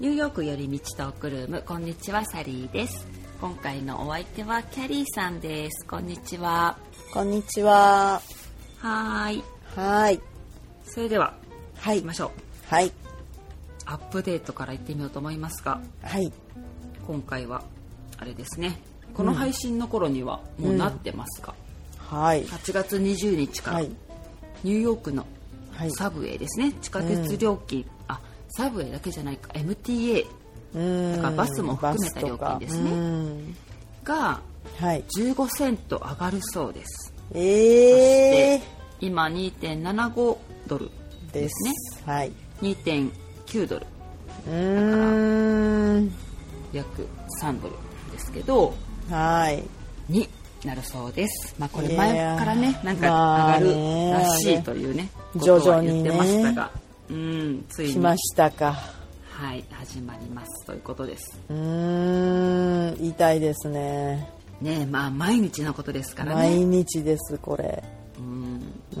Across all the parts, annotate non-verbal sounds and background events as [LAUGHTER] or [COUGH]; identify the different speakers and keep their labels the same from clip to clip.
Speaker 1: ヨークより道トークルームこんにちはサリーです今回のお相手はキャリーさんですこんにちは
Speaker 2: こんにちは。
Speaker 1: はーい
Speaker 2: はい。
Speaker 1: それでは
Speaker 2: は
Speaker 1: 行
Speaker 2: い
Speaker 1: きま。しょう
Speaker 2: はい。
Speaker 1: アップデートから行ってみようと思いますが
Speaker 2: はい。
Speaker 1: 今回はあれですねこの配信の頃にはもうなってますが、
Speaker 2: はい。
Speaker 1: 8月20日から
Speaker 2: はい
Speaker 1: ニ。ューヨークの
Speaker 2: はい。
Speaker 1: サブウェイですね地下鉄料金、あサブウェイだけじゃないか MTA
Speaker 2: うん
Speaker 1: だからバスも含めた料金ですね
Speaker 2: バスとかうん
Speaker 1: が
Speaker 2: はい。
Speaker 1: 15セント上がるそうです
Speaker 2: ええ
Speaker 1: 今2.75ドル
Speaker 2: ー。です
Speaker 1: ね
Speaker 2: はい。
Speaker 1: 2.9ドル
Speaker 2: うーん。
Speaker 1: 約3ドルですけど
Speaker 2: はい。
Speaker 1: になるそうですまあこれ
Speaker 2: いやー
Speaker 1: 前からねなん
Speaker 2: ま
Speaker 1: か
Speaker 2: あ
Speaker 1: 上
Speaker 2: ね
Speaker 1: がるらしいというね
Speaker 2: 徐
Speaker 1: ことは
Speaker 2: 々
Speaker 1: 言
Speaker 2: に
Speaker 1: っ
Speaker 2: ね
Speaker 1: てましたが、うんついに
Speaker 2: 来ましたか。
Speaker 1: はい始まりますということです
Speaker 2: うーん。痛いですね。
Speaker 1: ねえまあ毎日のことですから
Speaker 2: 毎
Speaker 1: ね
Speaker 2: 日です、これ。
Speaker 1: うん
Speaker 2: うー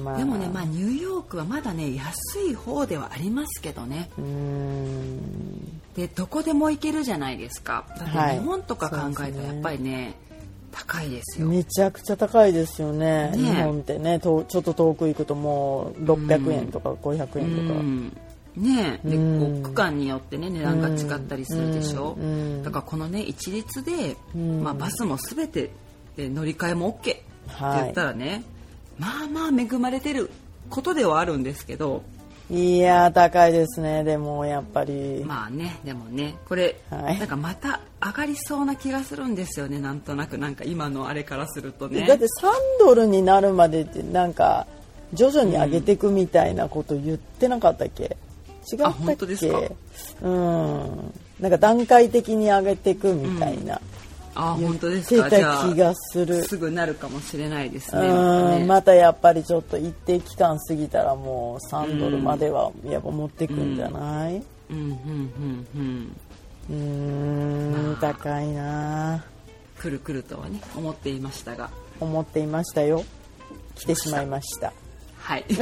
Speaker 2: ん。まあ。
Speaker 1: でもね、まあ、ニューヨークはまだね安い方ではありますけどね
Speaker 2: うーん。
Speaker 1: でどこでも行けるじゃないですかだっ
Speaker 2: は
Speaker 1: て
Speaker 2: い
Speaker 1: 日本とか考
Speaker 2: そう
Speaker 1: えた
Speaker 2: です
Speaker 1: ら
Speaker 2: ね
Speaker 1: やっぱりね,、高いですよ、
Speaker 2: めちゃくちゃ高いですよね、
Speaker 1: ね
Speaker 2: 日本ってねとちょっと遠く行くともう600円とか500
Speaker 1: う
Speaker 2: 円とか、
Speaker 1: んねえで
Speaker 2: うん
Speaker 1: こう区間によってね値段が違ったりするでしょ、
Speaker 2: うん
Speaker 1: だからこのね一律で、
Speaker 2: うん
Speaker 1: まあ、バスも全てで乗り換えも OK って
Speaker 2: は
Speaker 1: 言っ
Speaker 2: い
Speaker 1: たらね、まあまあ恵まれてることではあるんですけど
Speaker 2: いやー高いですねでもやっぱり、
Speaker 1: まあねでもねこれ、
Speaker 2: はい
Speaker 1: なんかまた上がりそうな気がするんですよねなんとなくなんか今のあれからするとね
Speaker 2: だって3ドルになるまでってなんか徐々に上げていくみたいなこと言ってなかったっけ違った
Speaker 1: あ本
Speaker 2: っ
Speaker 1: 当ですか
Speaker 2: けうんなんか段階的に上げていくみたいな、
Speaker 1: あー
Speaker 2: 言
Speaker 1: 本当で
Speaker 2: っ
Speaker 1: す
Speaker 2: て
Speaker 1: かじゃ
Speaker 2: た
Speaker 1: あ
Speaker 2: 気がする
Speaker 1: すぐなるかもしれないですねまた
Speaker 2: う
Speaker 1: ね
Speaker 2: んまたやっぱりちょっと一定期間過ぎたらもう3ドルまではやっぱ持ってくんじゃない
Speaker 1: うんうんうんうん
Speaker 2: うーん高いな
Speaker 1: くるくるとはね思っていましたが
Speaker 2: 思っていましたよ来てしまいました
Speaker 1: はい
Speaker 2: [LAUGHS]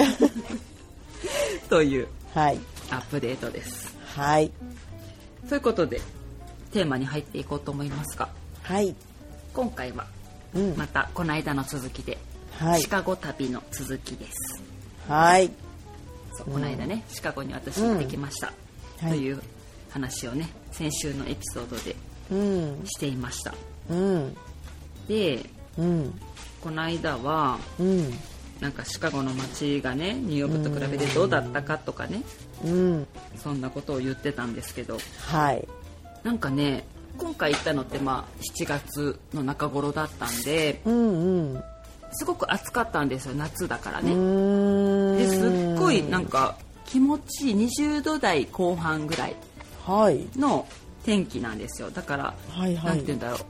Speaker 1: という
Speaker 2: はい
Speaker 1: アップデートです
Speaker 2: はい
Speaker 1: ということでテーマに入っていこうと思いますが
Speaker 2: はい
Speaker 1: 今回は
Speaker 2: うん
Speaker 1: またこの間の続きで、
Speaker 2: はい
Speaker 1: シカゴ旅の続きです
Speaker 2: はい
Speaker 1: そうこの間ね、シカゴに私行ってきました、
Speaker 2: うんはい
Speaker 1: という話をね先週のエピソードで
Speaker 2: うん
Speaker 1: していました
Speaker 2: うん
Speaker 1: で
Speaker 2: うん
Speaker 1: この間は
Speaker 2: うん
Speaker 1: なんかシカゴの街がねニューヨークと比べてどうだったかとかね
Speaker 2: うん
Speaker 1: そんなことを言ってたんですけど
Speaker 2: はい
Speaker 1: なんかね今回行ったのってまあ7月の中頃だったんで
Speaker 2: うんうん
Speaker 1: すごく暑かったんですよ夏だから
Speaker 2: う
Speaker 1: ね
Speaker 2: ーん
Speaker 1: ですっごいなんか気持ちいい20度台後半ぐらい
Speaker 2: はい
Speaker 1: の天気なんですよだから
Speaker 2: はい
Speaker 1: な
Speaker 2: は
Speaker 1: ん
Speaker 2: い
Speaker 1: て言うんだろう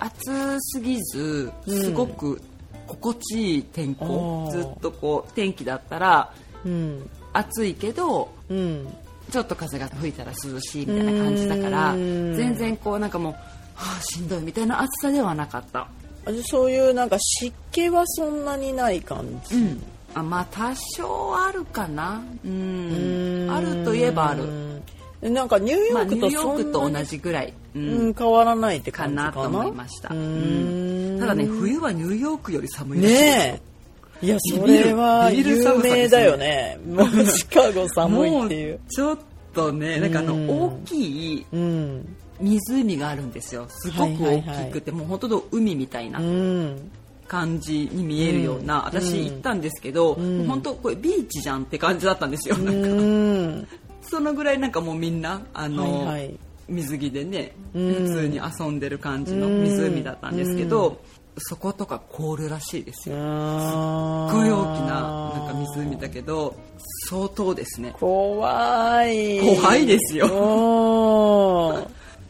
Speaker 1: 暑すぎずすごく心地いい天候、
Speaker 2: あー
Speaker 1: ずっとこう天気だったら
Speaker 2: うん
Speaker 1: 暑いけど
Speaker 2: うん
Speaker 1: ちょっと風が吹いたら涼しいみたいな感じだから
Speaker 2: うん
Speaker 1: 全然こうなんかもう、はあ、しんどいみたいな暑さではなかった、
Speaker 2: あじゃあそういうなんか湿気はそんなにない感じ、
Speaker 1: あまあ多少あるかなうん
Speaker 2: うん
Speaker 1: あるといえばある、
Speaker 2: うんなんかニューヨ
Speaker 1: まあ、
Speaker 2: ーク
Speaker 1: ニュー
Speaker 2: と
Speaker 1: ヨ
Speaker 2: そ
Speaker 1: ーク
Speaker 2: ん
Speaker 1: と
Speaker 2: な
Speaker 1: 同
Speaker 2: に、
Speaker 1: じぐらい、うん
Speaker 2: うん、変わらないって
Speaker 1: か
Speaker 2: 感じかな
Speaker 1: なと思いました、
Speaker 2: う
Speaker 1: うん
Speaker 2: ん
Speaker 1: ただね冬はニューヨークより寒いらしいですよ
Speaker 2: ねえいやそれは
Speaker 1: ビビる
Speaker 2: 有名だよねもうシカゴ寒いっていう
Speaker 1: [LAUGHS] もちょっとねなんかあの
Speaker 2: うん
Speaker 1: 大きい
Speaker 2: うん
Speaker 1: 湖があるんですよすごく大きくて、
Speaker 2: はいはいはい
Speaker 1: もう本当の海みたいな
Speaker 2: うん
Speaker 1: 感じに見えるような、
Speaker 2: うん
Speaker 1: 私行ったんですけど、
Speaker 2: ん
Speaker 1: もう本当これビーチじゃんって感じだったんですよ、
Speaker 2: うん
Speaker 1: そのぐらいなんかもうみんなあの、
Speaker 2: はいはい
Speaker 1: 水着でね、
Speaker 2: うん
Speaker 1: 普通に遊んでる感じの湖だったんですけど、そことか凍るらしいですよ
Speaker 2: あ
Speaker 1: すっごい大きななんか湖だけど相当ですね
Speaker 2: 怖い
Speaker 1: 怖いですよ
Speaker 2: おー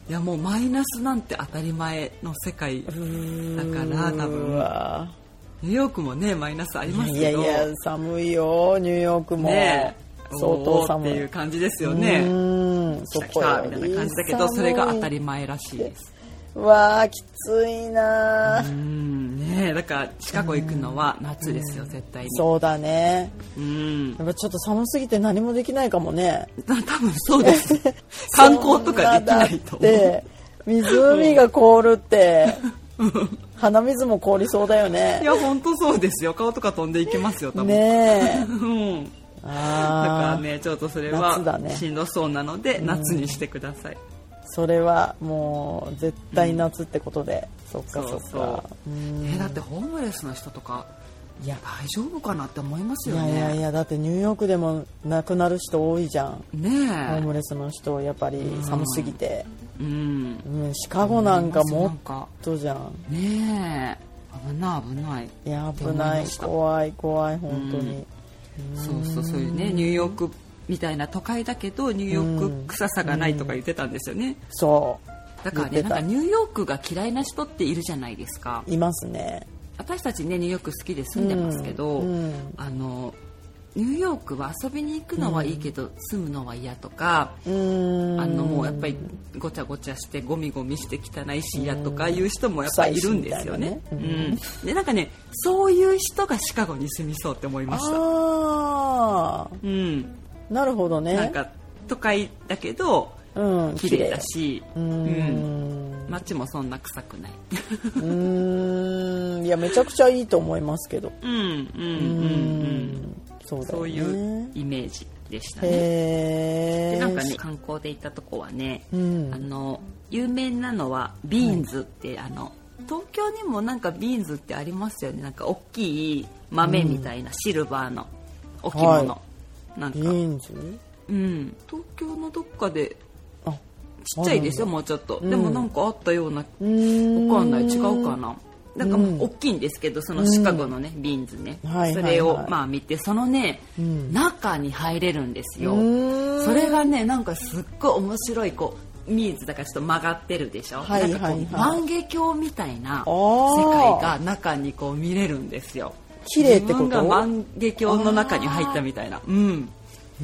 Speaker 1: いやもうマイナスなんて当たり前の世界だから多
Speaker 2: う
Speaker 1: 分
Speaker 2: わ
Speaker 1: ニューヨークもねマイナスあります
Speaker 2: い
Speaker 1: け
Speaker 2: や
Speaker 1: ど
Speaker 2: いや寒いよニューヨークも、
Speaker 1: ね
Speaker 2: 相当寒
Speaker 1: おー
Speaker 2: い
Speaker 1: っていう感じですよ
Speaker 2: う
Speaker 1: ね
Speaker 2: ーん
Speaker 1: 来
Speaker 2: そ
Speaker 1: た来
Speaker 2: こ
Speaker 1: た
Speaker 2: より
Speaker 1: みたいな感じだけどそれが当た
Speaker 2: 寒い
Speaker 1: り前らしいです
Speaker 2: うわあきついなあ、
Speaker 1: うんねえだからシカゴ行くのは夏ですよ、絶対に
Speaker 2: そうだね
Speaker 1: うん
Speaker 2: やっぱちょっと寒すぎて何もできないかもね
Speaker 1: 多分そうです
Speaker 2: [LAUGHS]
Speaker 1: 観光とかできないと
Speaker 2: そ
Speaker 1: 思う
Speaker 2: んだって湖が凍る
Speaker 1: [LAUGHS]
Speaker 2: って鼻水も凍りそうだよ
Speaker 1: い
Speaker 2: ね
Speaker 1: や本当そうですよ顔とか飛んでいきますよ多分、
Speaker 2: ねえ
Speaker 1: うんだから
Speaker 2: ああ、
Speaker 1: ねちょっとそれ
Speaker 2: 夏だ
Speaker 1: は
Speaker 2: ね
Speaker 1: しんどそうなので夏にしてください、
Speaker 2: それはもう絶対夏ってことで、そっかそっか
Speaker 1: そうそうえ
Speaker 2: ん
Speaker 1: だってホームレスの人とか
Speaker 2: いや
Speaker 1: 大丈夫かなって思います
Speaker 2: い
Speaker 1: よ
Speaker 2: や
Speaker 1: ね
Speaker 2: いやいやだってニューヨークでも亡くなる人多いじゃんホー
Speaker 1: ね
Speaker 2: ムレスの人やっぱり寒すぎ
Speaker 1: え
Speaker 2: て、
Speaker 1: うん
Speaker 2: うん、シカゴなんか
Speaker 1: な
Speaker 2: も
Speaker 1: んか
Speaker 2: っとじゃん
Speaker 1: ねえ危ない危ない
Speaker 2: いや危
Speaker 1: 思い
Speaker 2: ない
Speaker 1: ました
Speaker 2: 怖い怖い本当に、
Speaker 1: そうそうそういうねニューヨークみたいな都会だけどニューヨーク臭さがないとか言ってたんですよね
Speaker 2: そう
Speaker 1: だから
Speaker 2: 言
Speaker 1: ね
Speaker 2: って
Speaker 1: なん
Speaker 2: た
Speaker 1: かニューヨークが嫌いな人っているじゃないですか
Speaker 2: いますね
Speaker 1: 私たちねニューヨーク好きで住んでますけど、
Speaker 2: うんうん
Speaker 1: あのニューヨークは遊びに行くのはいいけど、住むのは嫌とか、
Speaker 2: うーん
Speaker 1: あのもうやっぱりごちゃごちゃしてゴミゴミして汚いしやとかいう人もやっぱりいるんですよね。う
Speaker 2: 臭いしみたい
Speaker 1: ん、でなんかねそういう人がシカゴに住みそうって思いました。
Speaker 2: あ
Speaker 1: うん、
Speaker 2: ーなるほどね
Speaker 1: なんか都会だけど
Speaker 2: うん
Speaker 1: 綺麗だし、
Speaker 2: うーん
Speaker 1: 街もそんな臭くない。
Speaker 2: うーんいやめちゃくちゃいいと思いますけど
Speaker 1: うんうんう
Speaker 2: うん
Speaker 1: うん。
Speaker 2: そうだ
Speaker 1: そ
Speaker 2: よ
Speaker 1: う
Speaker 2: ね
Speaker 1: いうイメージでしたね。
Speaker 2: へ
Speaker 1: で
Speaker 2: え
Speaker 1: なんかね観光で行ったとこはね、
Speaker 2: うん
Speaker 1: あの有名なのはビーンズって、あの東京にもなんかビーンズってありますよねなんか大きい豆みたいな、シルバーの置物、
Speaker 2: は
Speaker 1: なんか
Speaker 2: ビ、ーンズ
Speaker 1: うん、東京のどっかで
Speaker 2: あ
Speaker 1: ちっちゃいですよもうちょっと、でもなんかあったようなわ
Speaker 2: うーん
Speaker 1: かんない違うかななんかまあ
Speaker 2: うん
Speaker 1: 大きいんですけどそのシカゴのね、ビーンズね、
Speaker 2: はいはいはい
Speaker 1: それをまあ見てそのね、
Speaker 2: うん
Speaker 1: 中に入れるんですよ、
Speaker 2: うーん
Speaker 1: それがねなんかすっごい面白いこうミーズだからちょっと曲がってるでしょ、
Speaker 2: はいはい
Speaker 1: な
Speaker 2: はい
Speaker 1: んかこう万華鏡みたいな
Speaker 2: あ
Speaker 1: 世
Speaker 2: ー
Speaker 1: 界が中にこう見れるんですよ
Speaker 2: 綺麗ってこと
Speaker 1: 自分が万華鏡の中に入ったみたいなうん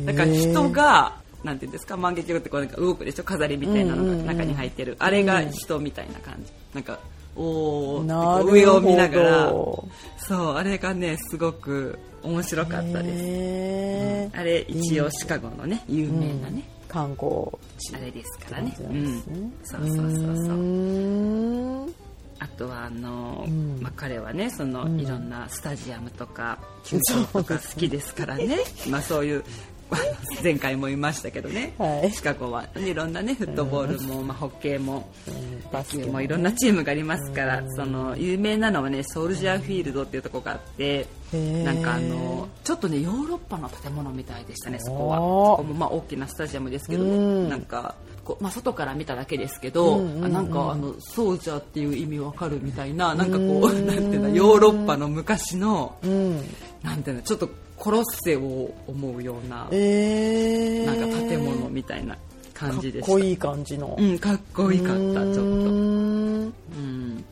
Speaker 1: だから人がなんていうんですか万華鏡ってこうなんか動くでしょ飾りみたいなのが中に入ってる、あれが人みたいな感じなんかお
Speaker 2: な
Speaker 1: ー
Speaker 2: る
Speaker 1: って
Speaker 2: ほ
Speaker 1: こ
Speaker 2: ど
Speaker 1: う上を見ながらそうあれがねすごく面白かったです、
Speaker 2: へー
Speaker 1: あれ一応シカゴのね有名なね、
Speaker 2: 観光
Speaker 1: あれですからね。
Speaker 2: そうですね
Speaker 1: うん、そうそうそう
Speaker 2: う
Speaker 1: そう。
Speaker 2: ーん
Speaker 1: あとはあの、
Speaker 2: ん
Speaker 1: まあ彼はねその、いろんなスタジアムとか球場
Speaker 2: そ
Speaker 1: と
Speaker 2: う
Speaker 1: か好きですから
Speaker 2: [LAUGHS]
Speaker 1: ね。まあそういうあの前回も言いましたけどね。
Speaker 2: はい
Speaker 1: シカゴはいろんなねフットボールも、まあホッケーも。
Speaker 2: うん
Speaker 1: バ
Speaker 2: バ
Speaker 1: ス
Speaker 2: ス
Speaker 1: ケ
Speaker 2: ケ
Speaker 1: も
Speaker 2: も
Speaker 1: いろんなチームがありますから、その有名なのはねソルジャーフィールドっていうところがあって、
Speaker 2: ー
Speaker 1: なんかあのちょっとねヨーロッパの建物みたいでしたねそこは
Speaker 2: おー
Speaker 1: そこもまあ大きなスタジアムですけど、
Speaker 2: うん
Speaker 1: なんかこうまあ外から見ただけですけど、
Speaker 2: うんうんうん
Speaker 1: あなんかあのソルジャーっていう意味わかるみたいななんかこう、 [LAUGHS] なんていうんだヨーロッパの昔の
Speaker 2: うん
Speaker 1: なんていうのちょっとコロッセオを思うような、
Speaker 2: えー
Speaker 1: なんか建物みたいな感じでした。
Speaker 2: かっこいい感じの
Speaker 1: うん、かっこいいかったちょっと
Speaker 2: うーん
Speaker 1: うん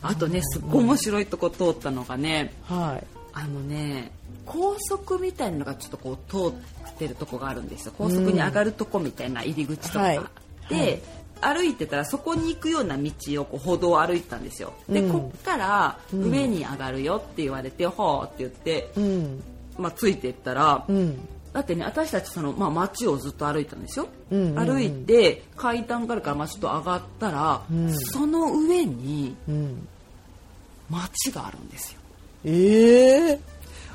Speaker 1: あとねすっごい面白いとこ通ったのがね
Speaker 2: はい
Speaker 1: あのね高速みたいなのがちょっとこう通ってるとこがあるんですよ高速に上がるとこみたいな入り口とか、
Speaker 2: はい
Speaker 1: で、歩いてたらそこに行くような道をこう歩道を歩いたんですよで、
Speaker 2: うん
Speaker 1: こっから上に上がるよって言われて「ほー」って言って、
Speaker 2: うん
Speaker 1: まあ、ついていったら、
Speaker 2: うん
Speaker 1: だってね私たちその、まあ、街をずっと歩いたんですよ、
Speaker 2: うんうんうん
Speaker 1: 歩いて階段からからまあちょっと上がったら、
Speaker 2: うん
Speaker 1: その上に
Speaker 2: うん
Speaker 1: 街があるんですよ
Speaker 2: ええ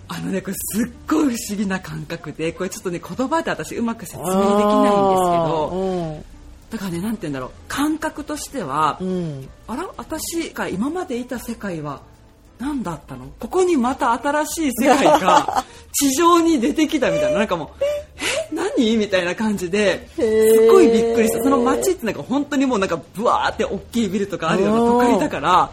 Speaker 1: あのねこれすっごい不思議な感覚でこれちょっとね言葉で私うまく説明できないんですけどだからねなんて言うんだろう感覚としては、 [LAUGHS]
Speaker 2: うん
Speaker 1: あら私が今までいた世界は何だったのここにまた新しい世界が
Speaker 2: [LAUGHS]
Speaker 1: 地上に出てきたみたいななんかもうえ何みたいな感じで
Speaker 2: へー
Speaker 1: すっごいびっくりしたその街ってなんか本当にもうなんかブワーって大きいビルとかあるような都会だから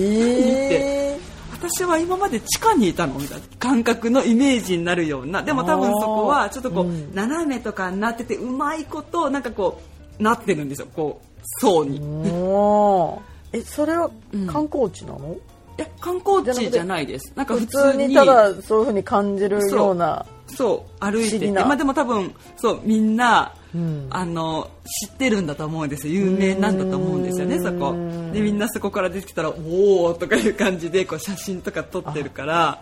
Speaker 2: ええ
Speaker 1: 私は今まで地下にいたのみたいな感覚のイメージになるようなでも多分そこはちょっとこ
Speaker 2: う
Speaker 1: うん斜めとかになっててうまいことなんかこうなってるんですよこう層に。
Speaker 2: もうえそれは観光地なの、
Speaker 1: え観光地じゃないですなんか普
Speaker 2: 普
Speaker 1: 通
Speaker 2: 通
Speaker 1: に
Speaker 2: にただそういうふうに感じるような
Speaker 1: そう歩いて
Speaker 2: 不思
Speaker 1: て、
Speaker 2: 議な
Speaker 1: まあ、でも多分そうみんな、
Speaker 2: うん
Speaker 1: あの知ってるんだと思うんですよ有名なんだと思うんですよね
Speaker 2: う
Speaker 1: そ
Speaker 2: ーん
Speaker 1: こでみんなそこから出てきたら「おお」とかいう感じでこう写真とか撮ってるから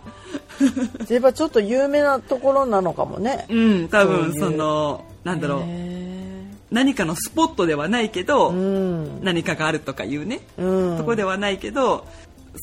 Speaker 2: やっぱちょっと有名なところなのかもね。
Speaker 1: うん多
Speaker 2: そう
Speaker 1: 分
Speaker 2: いう
Speaker 1: そのなんだろう
Speaker 2: へ
Speaker 1: 何かのスポットではないけ
Speaker 2: ー
Speaker 1: ど、
Speaker 2: うん。
Speaker 1: 何かがあるとかいうね、
Speaker 2: うん。
Speaker 1: とこではないけど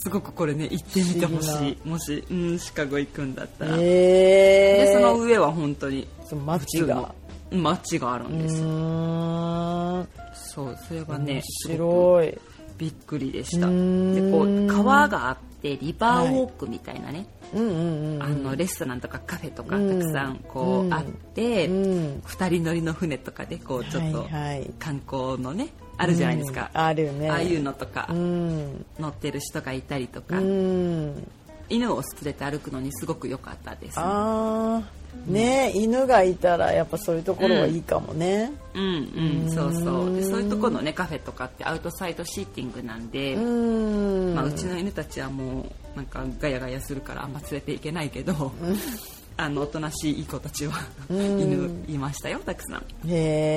Speaker 1: すごくこれね行ってみてほ
Speaker 2: 不思
Speaker 1: し
Speaker 2: 議
Speaker 1: いもし、うん、シカゴ行くんだったら、
Speaker 2: へえ。
Speaker 1: でその上は本当に
Speaker 2: その街
Speaker 1: 普
Speaker 2: が。
Speaker 1: 通の街がある
Speaker 2: うん
Speaker 1: ですよ、
Speaker 2: ーん。
Speaker 1: そうそれはね
Speaker 2: 白い。
Speaker 1: びっくりでした
Speaker 2: うー
Speaker 1: で
Speaker 2: ん
Speaker 1: こう川があってリバーウォークみたいなね、
Speaker 2: うんうんうん。
Speaker 1: あのレストランとかカフェとかた
Speaker 2: うん
Speaker 1: くさんこ
Speaker 2: う
Speaker 1: うんあって、
Speaker 2: うん。
Speaker 1: 二人乗りの船とかでこうちょっと
Speaker 2: はいはい
Speaker 1: 観光のねあるじゃないですか、
Speaker 2: うんあるよね。
Speaker 1: ああいうのとか
Speaker 2: うん。
Speaker 1: 乗ってる人がいたりと
Speaker 2: う
Speaker 1: か、
Speaker 2: ん。
Speaker 1: 犬を連れて歩くのにすごく良かったです、
Speaker 2: ああ。ねえ犬がいたらやっぱそういうところはいいかもね。
Speaker 1: うんうんそうそうでそういうところのねカフェとかってアウトサイドシーティングなんで、
Speaker 2: うん。
Speaker 1: まあ、うちの犬たちはもうなんかガヤガヤするからあんま連れていけないけど、あのおとなしいいい子たちは
Speaker 2: うん
Speaker 1: 犬いましたよたくさん、
Speaker 2: へ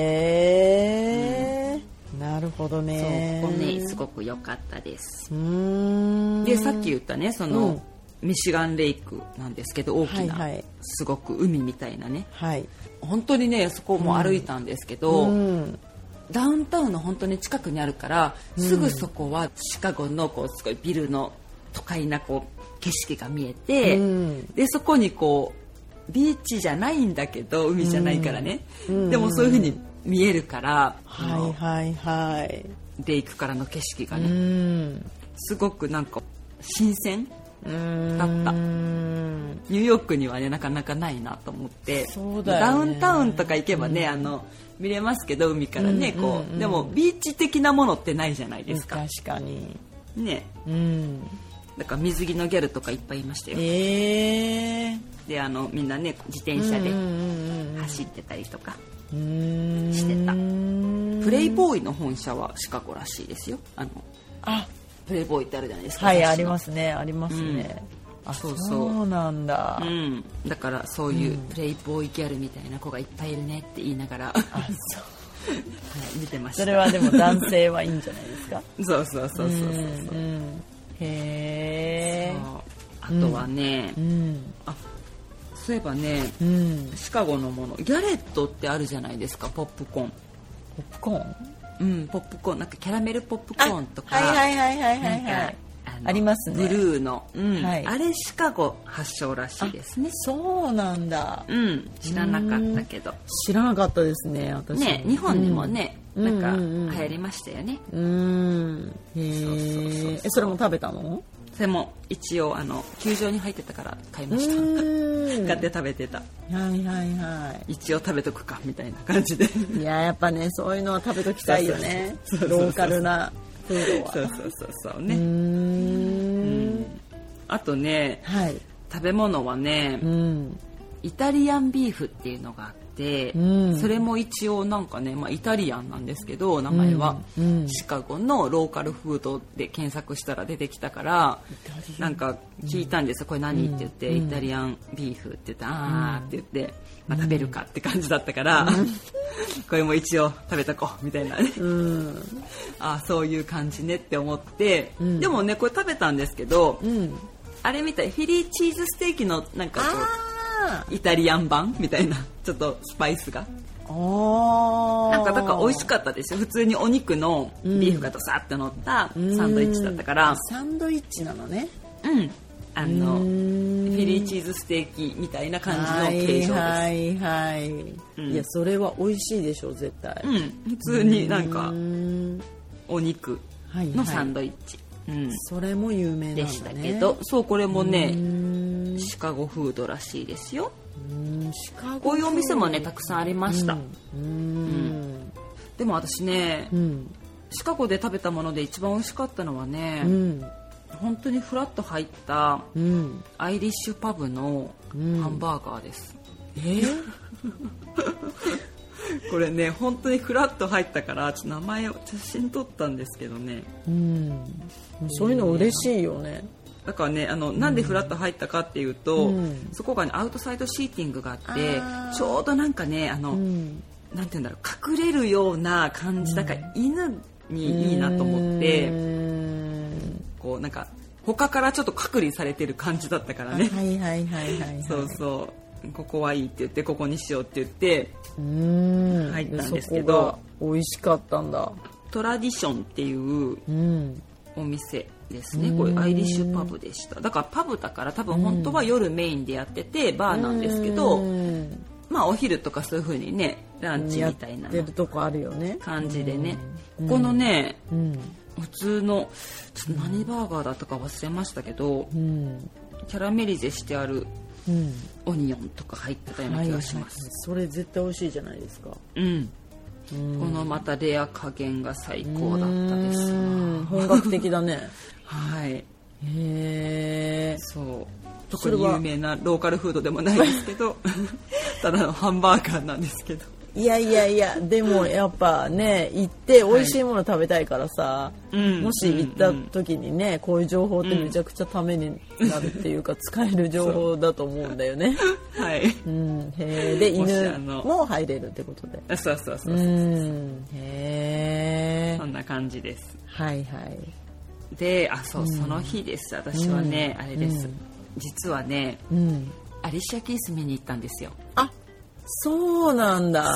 Speaker 2: え、なるほどね。
Speaker 1: そうここねすごく良かったです
Speaker 2: うーん。
Speaker 1: でさっき言ったねその、
Speaker 2: うん
Speaker 1: ミシガンレイクなんですけど大きな、
Speaker 2: はいはい
Speaker 1: すごく海みたいなね
Speaker 2: はい。
Speaker 1: 本当にねそこも歩いたんですけど、
Speaker 2: うん。
Speaker 1: ダウンタウンの本当に近くにあるから、すぐそこはシカゴのこうすごいビルの都会なこう景色が見えて、
Speaker 2: うん
Speaker 1: でそこにこうビーチじゃないんだけど海じゃないからね、でもそういう風に見えるから、あ
Speaker 2: はい
Speaker 1: の
Speaker 2: はいはい。
Speaker 1: レイクからの景色が
Speaker 2: う
Speaker 1: ね、
Speaker 2: ん。
Speaker 1: すごくなんか新鮮
Speaker 2: うーん
Speaker 1: だった
Speaker 2: うん。
Speaker 1: ニューヨークにはねなかなかないなと思って
Speaker 2: そうだよね
Speaker 1: ダウンタウンとか行けばね、あの見れますけど海からね、こうでもビーチ的なものってないじゃないですか
Speaker 2: 確。かに。
Speaker 1: ね
Speaker 2: うん。
Speaker 1: だから水着のギャルとかいっぱいいましたよ
Speaker 2: ええ。
Speaker 1: であのみんなね自転車
Speaker 2: うんう
Speaker 1: で
Speaker 2: ん
Speaker 1: 走ってたりとか、
Speaker 2: うんうん。
Speaker 1: してた
Speaker 2: うん
Speaker 1: プレイボーイの本社はシカゴらしいですよあの
Speaker 2: あ、
Speaker 1: プレイボーイってあるじゃないですか
Speaker 2: はい、
Speaker 1: 雑誌の
Speaker 2: ありますね、ありますね。あ、
Speaker 1: そ
Speaker 2: そうう
Speaker 1: そう
Speaker 2: なんだ
Speaker 1: う。んだからそういうプレイボーイギャルみたいな子がいっぱいいるねって言いながら、 [LAUGHS] はい、見てました
Speaker 2: それはでも男性はいいんじゃないですか。
Speaker 1: [LAUGHS] そうそうそうそうそうそう
Speaker 2: うんへえ
Speaker 1: あとはね、
Speaker 2: うん
Speaker 1: あそういえばね
Speaker 2: うん
Speaker 1: シカゴのものギャレットってあるじゃないですかポップコーン
Speaker 2: ポップコーン
Speaker 1: うん、ポップコーンなんかキャラメルポップコーンとか
Speaker 2: はいはいはいは
Speaker 1: ないん
Speaker 2: はいは
Speaker 1: か
Speaker 2: い
Speaker 1: あの
Speaker 2: ありますね
Speaker 1: ブルーの、うん
Speaker 2: はい
Speaker 1: あれシカゴ発祥らしいですね
Speaker 2: そうなんだ
Speaker 1: うん知らなかったけど
Speaker 2: 知らなかったですね私
Speaker 1: ね日本にもね、
Speaker 2: うん
Speaker 1: な
Speaker 2: うんんうんう
Speaker 1: か
Speaker 2: ん
Speaker 1: 流行りましたよね
Speaker 2: うんへ
Speaker 1: そうそうそうそう
Speaker 2: ええそれも食べたの
Speaker 1: それも一応あの球場に入ってたから買いました
Speaker 2: ん
Speaker 1: 買って食べてた
Speaker 2: はいはいは
Speaker 1: 一応食べとくかみたいな感 [LAUGHS] じでそう
Speaker 2: いいややっぱねそういうのは食べときたいよね
Speaker 1: そうそうそう
Speaker 2: ローカルなフードは
Speaker 1: そうそうそうね、
Speaker 2: うーん
Speaker 1: あとね
Speaker 2: はい
Speaker 1: 食べ物はね、
Speaker 2: うん
Speaker 1: イタリアンビーフっていうのがあって、
Speaker 2: うん
Speaker 1: それも一応なんかね、まあ、イタリアンなんですけど名前は、
Speaker 2: うんうん
Speaker 1: シカゴのローカルフードで検索したら出てきたから
Speaker 2: タリア
Speaker 1: なんか聞いたんですよ、これ何って言って、イタリアンビーフって言ってあーって言って、まあ、食べるかって感じだったから、 [LAUGHS] これも一応食べとこうみたいなね、
Speaker 2: うん
Speaker 1: あーそういう感じねって思って、
Speaker 2: ん
Speaker 1: でもねこれ食べたんですけど、
Speaker 2: うん
Speaker 1: あれみたいフィリーチーズステーキのなんかこう
Speaker 2: あ
Speaker 1: イタリアン版みたいな [LAUGHS] ちょっとスパイスが
Speaker 2: あー
Speaker 1: なんかだから美味しかったですよ普通にお肉のビーフがドサッと乗ったサンドイッチだったから
Speaker 2: サンドイッチなのね
Speaker 1: うん、あの
Speaker 2: う
Speaker 1: フ
Speaker 2: ーん
Speaker 1: ィリーチーズステーキみたいな感
Speaker 2: は
Speaker 1: じの形
Speaker 2: い
Speaker 1: 状です
Speaker 2: はいはい、
Speaker 1: ん
Speaker 2: いやそれは美味しいでしょ絶対、
Speaker 1: うん普通になんか
Speaker 2: うーん
Speaker 1: お肉
Speaker 2: はいはい
Speaker 1: のサンドイッチ、うん、
Speaker 2: それも有名なんだ、ね、
Speaker 1: でしたけどそうこれも
Speaker 2: うー
Speaker 1: ね
Speaker 2: ん
Speaker 1: シカゴフードらしいですよ
Speaker 2: うんシカ
Speaker 1: こ
Speaker 2: ゴ
Speaker 1: ういうお店もねたくさんありました、
Speaker 2: うんうん
Speaker 1: でも私ね
Speaker 2: うん
Speaker 1: シカゴで食べたもので一番美味しかったのはね、
Speaker 2: うん
Speaker 1: 本当にフラッと入った
Speaker 2: うん
Speaker 1: アイリッシュパブの
Speaker 2: うん
Speaker 1: ハンバーガーです、
Speaker 2: えー、
Speaker 1: これね本当にフラッと入ったからちょっと名前を写真撮ったんですけどね
Speaker 2: うんそういうの嬉しいよね
Speaker 1: だからねあのなんでフラット入ったかっていうと、
Speaker 2: うん
Speaker 1: そこが、ね、アウトサイドシーティングがあって
Speaker 2: あー
Speaker 1: ちょうどなんかねあの、
Speaker 2: うん
Speaker 1: なんて言うんだろう隠れるような感じだから犬にいいなと思って、
Speaker 2: うん
Speaker 1: こうなんか他からちょっと隔離されてる感じだったからね、
Speaker 2: はいはいはいはいはい
Speaker 1: そうそうここはいいって言ってここにしようって言って
Speaker 2: うん
Speaker 1: 入ったんですけど
Speaker 2: そこが美味しかったんだ
Speaker 1: トラディションっていう
Speaker 2: うん
Speaker 1: お店ですねこういうアイリッシュパブでしただからパブだから多分本当は夜メインでやっててバーなんですけ
Speaker 2: う
Speaker 1: ど
Speaker 2: ん
Speaker 1: まあお昼とかそういう風にねランチみたいな
Speaker 2: やってるとこあるよね
Speaker 1: 感じでねここのね
Speaker 2: うん
Speaker 1: 普通のちょっと何バーガーだったか忘れましたけど
Speaker 2: うん
Speaker 1: キャラメリゼしてある
Speaker 2: うん
Speaker 1: オニオンとか入ってたような気がします、
Speaker 2: それ絶対美味しいじゃないですか
Speaker 1: うんこのまたレア加減が最高だったですわ
Speaker 2: うん本格的だね
Speaker 1: はい
Speaker 2: へえ
Speaker 1: そう
Speaker 2: そ
Speaker 1: 特
Speaker 2: れ
Speaker 1: に
Speaker 2: は
Speaker 1: 有名なローカルフードでもないですけ
Speaker 2: [LAUGHS]
Speaker 1: どただのハンバーガーなんですけど
Speaker 2: いやいやいやでもやっぱね行って美味しいもの食べたいからさ、
Speaker 1: うん
Speaker 2: もし行った時にねこういう情報ってめちゃくちゃためになるっていうか、使える情報だと思うんだよね。
Speaker 1: はい
Speaker 2: うん、へーで
Speaker 1: もし
Speaker 2: 犬
Speaker 1: あの
Speaker 2: も入れるってことで。
Speaker 1: そうそうそうう、
Speaker 2: ん、へえ
Speaker 1: そ。んな感じです
Speaker 2: はいはい。
Speaker 1: であそう、その日です私はね、あれです、実はね
Speaker 2: うん。
Speaker 1: アリシャ・キース見に行ったんですよ
Speaker 2: あ、そうなんだ。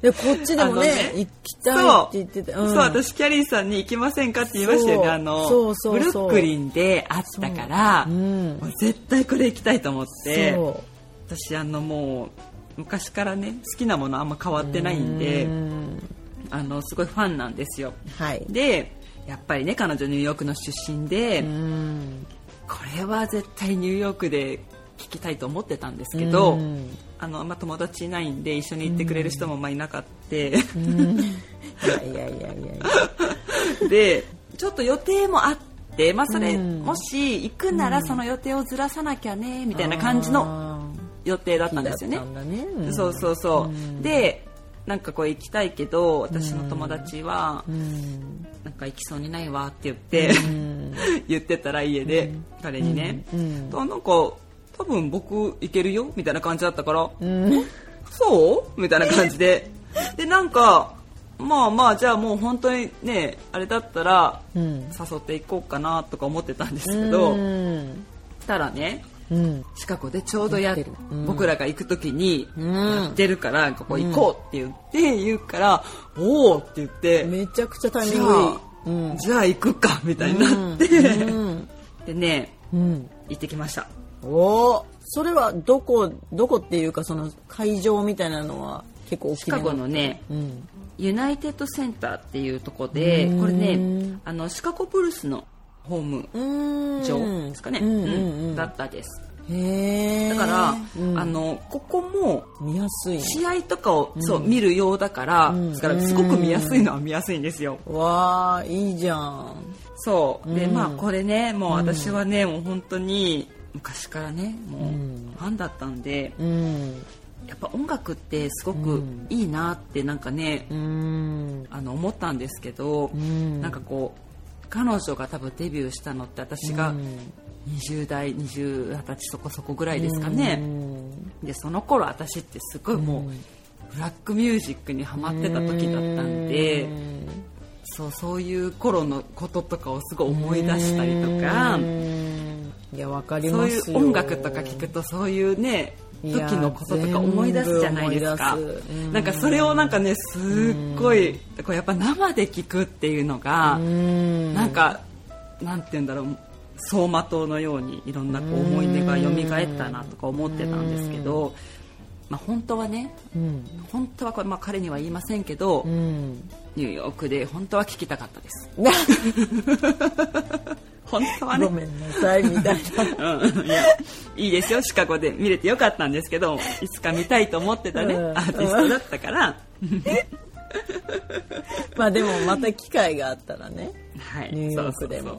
Speaker 2: でこっちでも
Speaker 1: あ
Speaker 2: ね
Speaker 1: のね
Speaker 2: 行きたい
Speaker 1: そう
Speaker 2: って言ってて、
Speaker 1: そう私キャリーさんに行きませんかって言いましたよね
Speaker 2: そう
Speaker 1: あの
Speaker 2: そうそうそう
Speaker 1: ブルックリンで会ったから、
Speaker 2: そううん
Speaker 1: もう絶対これ行きたいと思って
Speaker 2: そう
Speaker 1: 私あのもう昔からね好きなものあんま変わってないんで
Speaker 2: うん
Speaker 1: あのすごいファンなんですよ
Speaker 2: はい。
Speaker 1: でやっぱりね彼女ニューヨークの出身で、
Speaker 2: うん。
Speaker 1: これは絶対ニューヨークで聞きたいと思ってたんですけど、
Speaker 2: うん
Speaker 1: あのあんま友達いないんで一緒に行ってくれる人もあんまいなかって、 [LAUGHS]
Speaker 2: いやいやいやいやいや。
Speaker 1: でちょっと予定もあって、まあ、それ、
Speaker 2: うん
Speaker 1: もし行くならその予定をずらさなきゃねみたいな感じの
Speaker 2: の
Speaker 1: 予定だった
Speaker 2: なん
Speaker 1: んですよね。
Speaker 2: だね。うん
Speaker 1: そうそうそう、
Speaker 2: うん
Speaker 1: でなんかこう行きたいけど私の友達は
Speaker 2: うん。
Speaker 1: なんか行きそうにないわって言って、
Speaker 2: うん。
Speaker 1: [LAUGHS] 言ってたら家で彼にね、
Speaker 2: うん
Speaker 1: となんか多分僕行けるよみたいな感じだったから、
Speaker 2: うん。
Speaker 1: そうみたいな感じ
Speaker 2: [LAUGHS]
Speaker 1: ででなんかまあまあじゃあもう本当にねあれだったら
Speaker 2: うん。
Speaker 1: 誘っていこうかなとか思ってたんですけど、
Speaker 2: うん。
Speaker 1: したらね
Speaker 2: うん。
Speaker 1: 近くでちょうどや
Speaker 2: やってるうん
Speaker 1: 僕らが行く時に
Speaker 2: うん
Speaker 1: やってるからここ行こうって言って言うから、おおって言って、
Speaker 2: めちゃくちゃタイミ
Speaker 1: じ
Speaker 2: ン
Speaker 1: ゃ
Speaker 2: グいい
Speaker 1: あ。、
Speaker 2: うん。
Speaker 1: じゃあ行くかみたいになって、
Speaker 2: うん。
Speaker 1: でね
Speaker 2: うん。
Speaker 1: 行ってきました
Speaker 2: おお。それはどこどこっていうかその会場みたいなのは結構大き
Speaker 1: シ
Speaker 2: め
Speaker 1: カ
Speaker 2: な
Speaker 1: ゴ。のね
Speaker 2: うん。
Speaker 1: ユナイテッドセンターっていうとこで
Speaker 2: うん
Speaker 1: これねあのシカゴブルスのホーム
Speaker 2: うん。
Speaker 1: 場ですかね、
Speaker 2: うんう
Speaker 1: う
Speaker 2: んうんん。
Speaker 1: だったです
Speaker 2: へえ。
Speaker 1: だから、
Speaker 2: うん
Speaker 1: あのここも
Speaker 2: 見やすい。
Speaker 1: 試合とかを、そう見るようだから、
Speaker 2: ん
Speaker 1: ですからすごく見やすいのは見やすいんですよ。
Speaker 2: わあいいじゃん。
Speaker 1: そうで、
Speaker 2: うん
Speaker 1: まあこれねもう私はね、もう本当に昔からねもう
Speaker 2: うん
Speaker 1: ファンだったんで、
Speaker 2: うん。
Speaker 1: やっぱ音楽ってすご
Speaker 2: う
Speaker 1: く
Speaker 2: ん
Speaker 1: いいなってなんかね、
Speaker 2: うん。
Speaker 1: あの思ったんですけど、
Speaker 2: うん
Speaker 1: なんかこう彼女が多分デビューしたのって私が
Speaker 2: うん
Speaker 1: 20代20二十歳そこそこぐらいですかね。
Speaker 2: うん
Speaker 1: でその頃私ってすごいもう、ブラックミュージックにハマってた時だったんで、
Speaker 2: うん
Speaker 1: そうそういう頃のこととかをすごい思い出したりとか
Speaker 2: う、んいやわかり
Speaker 1: そう
Speaker 2: ます
Speaker 1: い
Speaker 2: よ
Speaker 1: う音楽とか聞くとそういうね
Speaker 2: いや
Speaker 1: 時のこととか思い出すじゃないですか
Speaker 2: 全部思い出すうん
Speaker 1: なんかそれをなんかねすっごいこうやっぱ生で聞くっていうのが
Speaker 2: うん
Speaker 1: なんかなんて言うんだろう走馬灯のようにいろんなこう思い出が蘇ったなとか思ってたんですけど、まあ、本当はね
Speaker 2: うん
Speaker 1: 本当はこれ、まあ、彼には言いませんけど、 [LAUGHS]
Speaker 2: うん
Speaker 1: ニューヨークで本当は聞きたかったです。本当はね
Speaker 2: ご、めんなさいみたいな [LAUGHS]
Speaker 1: うん、いやいいですよシカゴで見れてよかったんですけどいつか見たいと思ってたね、
Speaker 2: うん
Speaker 1: アーティストだったから、
Speaker 2: まあでもまた機会があったらね
Speaker 1: はい、
Speaker 2: ニューヨークで
Speaker 1: そう
Speaker 2: も
Speaker 1: そうそう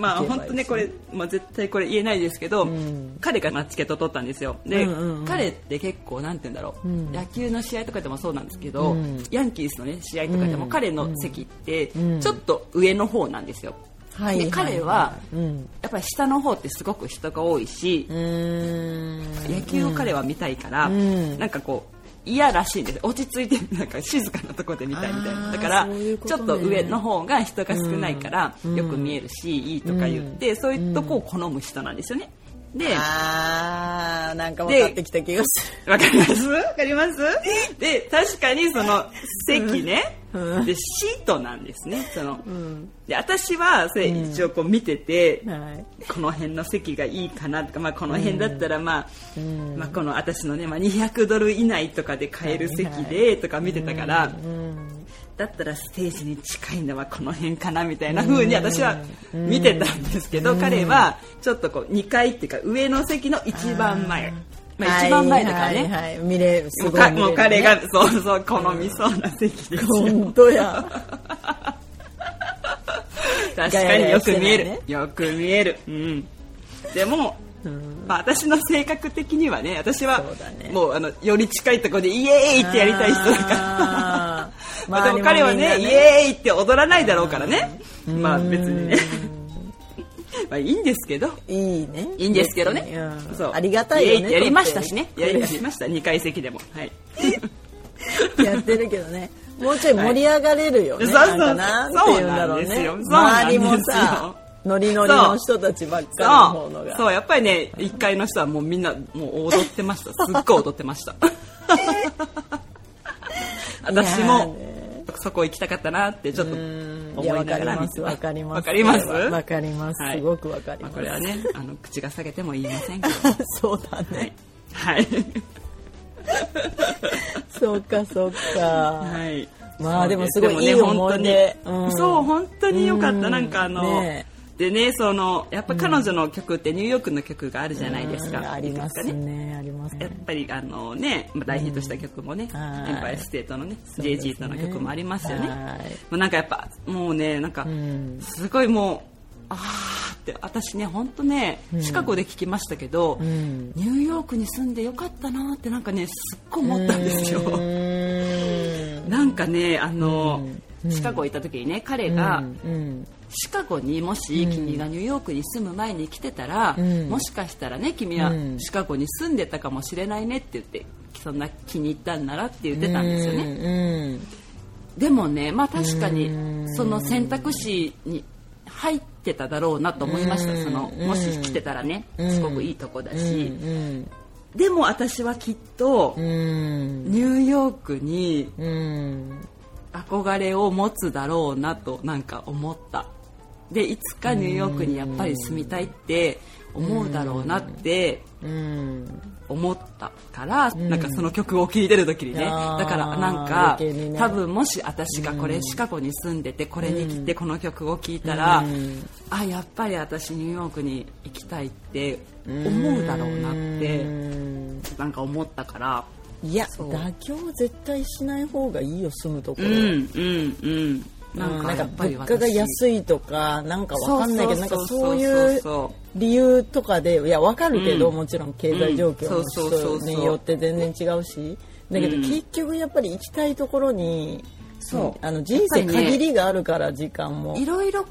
Speaker 1: まあ
Speaker 2: 行けばいい
Speaker 1: 本当ねこれ、まあ、絶対これ言えないですけど、
Speaker 2: ん
Speaker 1: 彼がまあチケット取ったんですよで、
Speaker 2: うんうんうん
Speaker 1: 彼って結構なんて言うんだろう、
Speaker 2: うん
Speaker 1: 野球の試合とかでもそうなんですけど、
Speaker 2: うん
Speaker 1: ヤンキースの、ね、試合とかでも彼の席って
Speaker 2: ん
Speaker 1: ちょっと上の方なんですよ、
Speaker 2: はいはい
Speaker 1: で彼は
Speaker 2: うん
Speaker 1: やっぱり下の方ってすごく人が多いし
Speaker 2: う、ーん
Speaker 1: 野球を彼は見たいから、
Speaker 2: ん
Speaker 1: なんかこう嫌らしいんです落ち着いてなんか静かなとこで見たいみたい
Speaker 2: あ
Speaker 1: な
Speaker 2: ー
Speaker 1: だから
Speaker 2: そういうこと
Speaker 1: ち
Speaker 2: ね
Speaker 1: ょっと上の方が人が少ないから、よく見えるしいいとか言って、そういうとこを好む人なんですよね。で
Speaker 2: あーなんか分かってきた気がする
Speaker 1: わかりますわかります [LAUGHS] で確かにその席ね、でシートなんですねその、で私はそれ一応こう見てて、
Speaker 2: はい
Speaker 1: この辺の席がいいかなとか、まあ、この辺だったら、まあまあ、この私の、ねまあ、200ドル以内とかで買える席でとか見てたから、だったらステージに近いのはこの辺かなみたいな風に私は見てたんですけど、彼はちょっとこう2階っていうか上の席の一番前まあ、一番前だからね、
Speaker 2: はいはいはい見れす
Speaker 1: も
Speaker 2: ご
Speaker 1: う
Speaker 2: い
Speaker 1: か
Speaker 2: 見れるね
Speaker 1: もう彼がそうそう好みそうな席ですよ、
Speaker 2: 本当や
Speaker 1: 確かによく見える、
Speaker 2: ガヤガヤしてないね
Speaker 1: よく見える、うん、でも、まあ、私の性格的にはね私は
Speaker 2: そうだね
Speaker 1: もうあのより近いところでイエーイってやりたい人だから
Speaker 2: あ
Speaker 1: [LAUGHS]
Speaker 2: ー
Speaker 1: まあ、でも
Speaker 2: 周
Speaker 1: 彼
Speaker 2: りも
Speaker 1: は
Speaker 2: みんな
Speaker 1: ね
Speaker 2: ね
Speaker 1: イエーイって踊らないだろうからねまあ別にね [LAUGHS] まあいいんですけど
Speaker 2: いいね
Speaker 1: いいんですけどね、
Speaker 2: うん
Speaker 1: そう
Speaker 2: ありがたいよ
Speaker 1: イエーイっ
Speaker 2: ね
Speaker 1: てやりましたしね
Speaker 2: こう
Speaker 1: や
Speaker 2: やって
Speaker 1: りやりました2階席でもはい
Speaker 2: やってるけどねもうちょい盛り上がれるよね、
Speaker 1: はいそうそう
Speaker 2: なんかなんて言うんだろ
Speaker 1: そうなん
Speaker 2: うね
Speaker 1: ですよそうなん
Speaker 2: 周
Speaker 1: です
Speaker 2: り
Speaker 1: よ
Speaker 2: もさノリノリの人たちばっかりの
Speaker 1: そ
Speaker 2: 方の
Speaker 1: う
Speaker 2: が
Speaker 1: そうやっぱりね1階の人はもうみんなもう踊ってました
Speaker 2: [LAUGHS]
Speaker 1: すっごい踊ってました私
Speaker 2: いやー
Speaker 1: も
Speaker 2: ね
Speaker 1: そこ行きたかったなってちょっと
Speaker 2: いや
Speaker 1: 思い
Speaker 2: わか
Speaker 1: なが
Speaker 2: り
Speaker 1: ら
Speaker 2: ま
Speaker 1: 見
Speaker 2: す
Speaker 1: て
Speaker 2: わかります
Speaker 1: わかります
Speaker 2: わかります、
Speaker 1: はい
Speaker 2: すごくわかり
Speaker 1: まあ
Speaker 2: ます、
Speaker 1: これはねあの口が下げても言いませんけど
Speaker 2: [LAUGHS] そうだね、
Speaker 1: はいはい
Speaker 2: そうかそうか、
Speaker 1: はい
Speaker 2: まあでもす
Speaker 1: そう
Speaker 2: ご
Speaker 1: ね
Speaker 2: い
Speaker 1: でもね
Speaker 2: いい思い出
Speaker 1: 本当に
Speaker 2: うん
Speaker 1: そう本当に良かった、
Speaker 2: うん
Speaker 1: なんかあの、
Speaker 2: ね
Speaker 1: でねそのやっぱ彼女の曲ってニューヨークの曲があるじゃないですか、
Speaker 2: うんあります
Speaker 1: いくつか
Speaker 2: ねあります
Speaker 1: やっ
Speaker 2: ね
Speaker 1: ぱりあのね、まあ大ヒットした曲もね、
Speaker 2: は
Speaker 1: エ
Speaker 2: い
Speaker 1: ンパイアステートのね、
Speaker 2: うですね
Speaker 1: JG との曲もありますよね。
Speaker 2: はい
Speaker 1: まあなんかやっぱもうね、なんか
Speaker 2: ん
Speaker 1: すごいもう、あーって私ね、本当ね、シカゴで聞きましたけど、
Speaker 2: ん
Speaker 1: ニューヨークに住んでよかったなってなんかね、すっごい思ったんですよ。
Speaker 2: うーん
Speaker 1: なんかね、あの、シカゴ行った時にね、彼が、
Speaker 2: うん
Speaker 1: シカゴにもし君がニューヨークに住む前に来てたら、
Speaker 2: うん
Speaker 1: もしかしたらね君は
Speaker 2: うん
Speaker 1: シカゴに住んでたかもしれないねって言ってそんな気に入ったんならって言ってたんですよね、
Speaker 2: ね
Speaker 1: でもねまあ確か
Speaker 2: う
Speaker 1: に
Speaker 2: ん
Speaker 1: その選択肢に入ってただろうなと思いました、
Speaker 2: うん
Speaker 1: そのもし来てたらね、
Speaker 2: うん
Speaker 1: すごくいいとこだ
Speaker 2: う
Speaker 1: し、
Speaker 2: ん
Speaker 1: でも私はきっと
Speaker 2: うんうん
Speaker 1: ニューヨークに
Speaker 2: うん
Speaker 1: 憧れを持つだろうなとなんか思ったでいつかニューヨークにやっぱり住みたいって思うだろうなって
Speaker 2: うん
Speaker 1: 思ったからなんかその曲を聴いてる時にねだ
Speaker 2: あー
Speaker 1: からなんか
Speaker 2: 余計にね
Speaker 1: 多分もし私がこれシカゴに住んでてこれに来てこの曲を聴いたら
Speaker 2: うん
Speaker 1: あやっぱり私ニューヨークに行きたいって思うだろうなってなんか思ったから
Speaker 2: いや
Speaker 1: う
Speaker 2: 妥協は絶対しない方がいいよ住むとこ
Speaker 1: う
Speaker 2: ろ
Speaker 1: ん
Speaker 2: は
Speaker 1: うんうんなん
Speaker 2: な
Speaker 1: かや
Speaker 2: んか
Speaker 1: っぱり
Speaker 2: 物価が
Speaker 1: 私
Speaker 2: 安いとかなんかわかんないけどなんかそう
Speaker 1: そうそ
Speaker 2: いう
Speaker 1: そう
Speaker 2: う
Speaker 1: そう
Speaker 2: 理由とかでいやわかるけど、
Speaker 1: うん
Speaker 2: もちろん経済状況
Speaker 1: う
Speaker 2: の
Speaker 1: んそうそうそうそう
Speaker 2: 人によって全然違うしだけど
Speaker 1: うん
Speaker 2: 結局やっぱり行きたいところに、
Speaker 1: そう
Speaker 2: あの人生
Speaker 1: やっぱりね
Speaker 2: 限りがあるから時間も。
Speaker 1: いろいろ考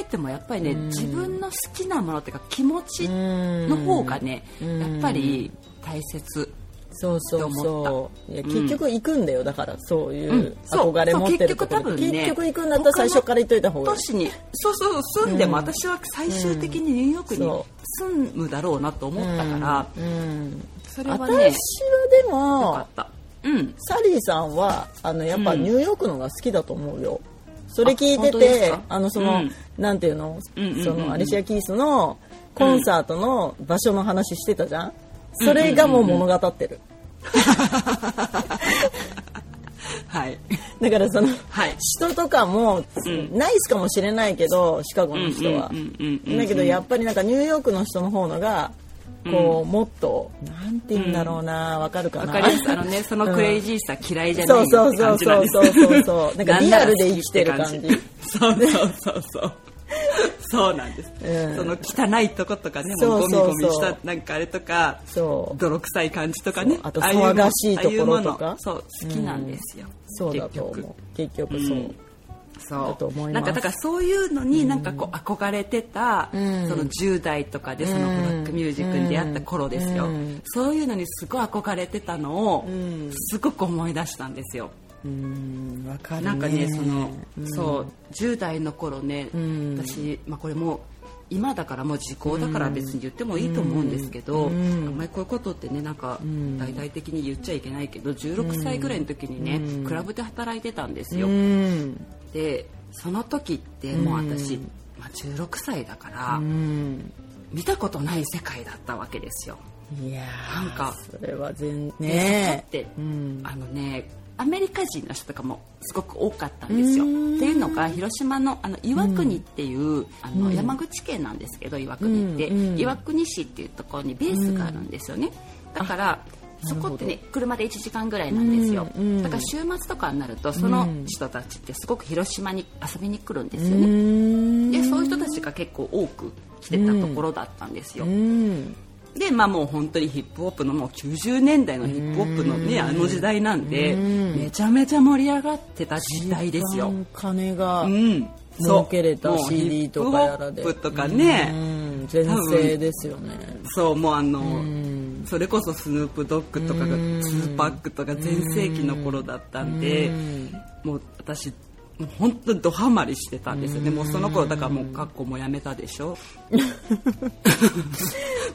Speaker 1: えてもやっぱりね自分の好きなものっていうか気持ちの
Speaker 2: の
Speaker 1: 方がね
Speaker 2: うん
Speaker 1: やっぱり大切
Speaker 2: そうそうそういや結局行くんだよ、だからそういううん
Speaker 1: そう
Speaker 2: 憧れ持ってるとこ
Speaker 1: そう
Speaker 2: ろ
Speaker 1: 結局多分ね
Speaker 2: 結局行くんだったら最初から行っといた方が
Speaker 1: 都
Speaker 2: いい
Speaker 1: 市にそうそう住んでも私は最終的にニューヨーク
Speaker 2: うん
Speaker 1: に
Speaker 2: そ
Speaker 1: 住むだろうなと思ったから
Speaker 2: うん、
Speaker 1: それ
Speaker 2: 私
Speaker 1: は
Speaker 2: は
Speaker 1: ね
Speaker 2: で
Speaker 1: よか
Speaker 2: も
Speaker 1: ったうん
Speaker 2: サリーさんはあのやっぱ
Speaker 1: うん
Speaker 2: ニューヨークのが好きだと思うよ。それ聞いて
Speaker 1: あ本当です
Speaker 2: てあ
Speaker 1: か
Speaker 2: のその、
Speaker 1: うん
Speaker 2: なんていうの、
Speaker 1: うんうんうんうん
Speaker 2: そのアリシア・キースのコンサートの場所の話してたじゃん。それがもう物語ってる。
Speaker 1: はい
Speaker 2: だからその、
Speaker 1: はい
Speaker 2: 人とかも、ナイスかもしれないけどシカゴの人は
Speaker 1: うんうんうんうんうん
Speaker 2: だけどやっぱりなんかニューヨークの人の方のがこう、もっとなんて言うんだろうなわ、かるか
Speaker 1: わ
Speaker 2: な
Speaker 1: かりますあのねそのクレイジーさ嫌いじゃない
Speaker 2: そ
Speaker 1: よ
Speaker 2: うそう
Speaker 1: って
Speaker 2: そ
Speaker 1: 感
Speaker 2: う
Speaker 1: じなん
Speaker 2: そう
Speaker 1: です
Speaker 2: そうそうそうなんかリアルで生きてる
Speaker 1: なん
Speaker 2: 感
Speaker 1: な
Speaker 2: じ
Speaker 1: ら好きって感じそうそうそうそうそうなんです、
Speaker 2: うん
Speaker 1: その汚いとことかね
Speaker 2: そ
Speaker 1: もう
Speaker 2: う
Speaker 1: ゴ
Speaker 2: そう
Speaker 1: ミゴ
Speaker 2: そう
Speaker 1: ミしたなんかあれとか
Speaker 2: そう
Speaker 1: 泥臭い感じとかね
Speaker 2: そうあと
Speaker 1: いうも
Speaker 2: 騒がしいところとか
Speaker 1: ああいうものそう好きなんですよ、
Speaker 2: そうだと思う
Speaker 1: 結局
Speaker 2: 結局そう、
Speaker 1: うん
Speaker 3: だと
Speaker 1: そ
Speaker 3: 思
Speaker 1: う
Speaker 3: います
Speaker 1: なんかだからそういうのになんかこう憧れてた、
Speaker 2: ん
Speaker 1: その10代とかでそのブラックミュージックに出会った頃ですよ、
Speaker 2: うん
Speaker 1: そういうのにすごい憧れてたのを
Speaker 3: ん
Speaker 1: すごく思い出したんですよ。
Speaker 3: うんわかるね
Speaker 1: なんかねその、そう10代の頃ね、
Speaker 2: ん
Speaker 1: 私、まあ、これもう今だからもう時効だから別に言ってもいいと思うんですけど、あんまりこういうことってねなんか大々的に言っちゃいけないけど16歳ぐらいの時にね、クラブで働いてたんですよ。
Speaker 2: うん
Speaker 1: でその時ってもう私、まあ、16歳だから、
Speaker 2: うん
Speaker 1: 見たことない世界だったわけですよ。
Speaker 2: いや
Speaker 1: なんか
Speaker 3: それは全
Speaker 1: で
Speaker 2: ね
Speaker 1: そこって、
Speaker 2: ん
Speaker 1: あのねアメリカ人の人とかもすごく多かったんですよ。っ
Speaker 2: う
Speaker 1: て
Speaker 2: ん
Speaker 1: いうのが広島のあの岩国っていう、あの山口県なんですけど岩国って、
Speaker 2: うんうん
Speaker 1: 岩国市っていうところにベースがあるんですよね。だからそこってね車で1時間ぐらいなんですよ、
Speaker 2: うんうん
Speaker 1: だから週末とかになるとその人たちってすごく広島に遊びに来るんですよね、
Speaker 2: うん
Speaker 1: でそういう人たちが結構多く来てたところだったんですよ、
Speaker 2: うん
Speaker 1: でまあもう本当にヒップホップのもう90年代のヒップホップのねあの時代なんでめちゃめちゃ盛り上がってた時代ですよ
Speaker 2: 一番金が
Speaker 1: うん
Speaker 2: 儲けれ
Speaker 1: そ
Speaker 2: た
Speaker 1: うもう
Speaker 2: CD とかやら
Speaker 1: ヒップ
Speaker 2: で
Speaker 1: ホップとかね、
Speaker 2: うん全盛ですよね
Speaker 1: そうもうあの、それこそスヌープドッグとかがツーパックとか全盛期の頃だったんでもう私もう本当にドハマりしてたんですよねもうその頃だからもう学校もやめたでし [LAUGHS] ょ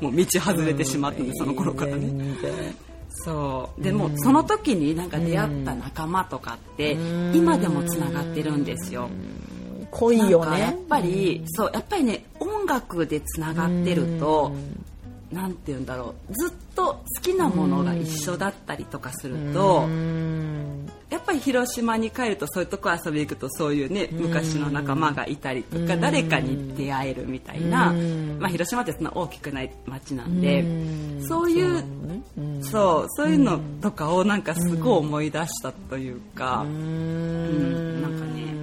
Speaker 1: もう道外れてしまったんでその頃からね
Speaker 2: 全然
Speaker 1: そうでもその時になんか出会った仲間とかって今でもつながってるんですよ
Speaker 2: 濃い
Speaker 1: なん
Speaker 2: よ
Speaker 1: かやっ
Speaker 2: ね
Speaker 1: ぱり、そうやっぱりね音楽でつながってると、なんて言うんだろうずっと好きなものが一緒だったりとかすると、
Speaker 2: うん
Speaker 1: やっぱり広島に帰るとそういうとこ遊び行くとそういうね昔の仲間がいたりとか、誰かに出会えるみたいな、まあ、広島ってそんな大きくない町なんで、そういう
Speaker 2: ねうん
Speaker 1: そうそういうのとかをなんかすごい思い出したというか、うんなんかね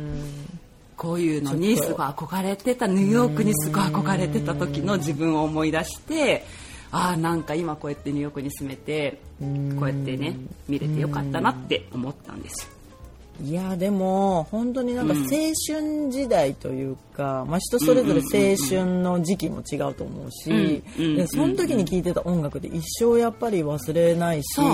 Speaker 1: こういうのにすごい憧れてたニューヨークにすごい憧れてた時の自分を思い出してああなんか今こうやってニューヨークに住めてこうやってね見れてよかったなって思ったんですよ。
Speaker 2: いやでも本当になんか青春時代というか、まあ、人それぞれ青春の時期も違うと思うし、
Speaker 1: うんうん
Speaker 2: でその時に聴いてた音楽で一生やっぱり忘れないし
Speaker 1: そう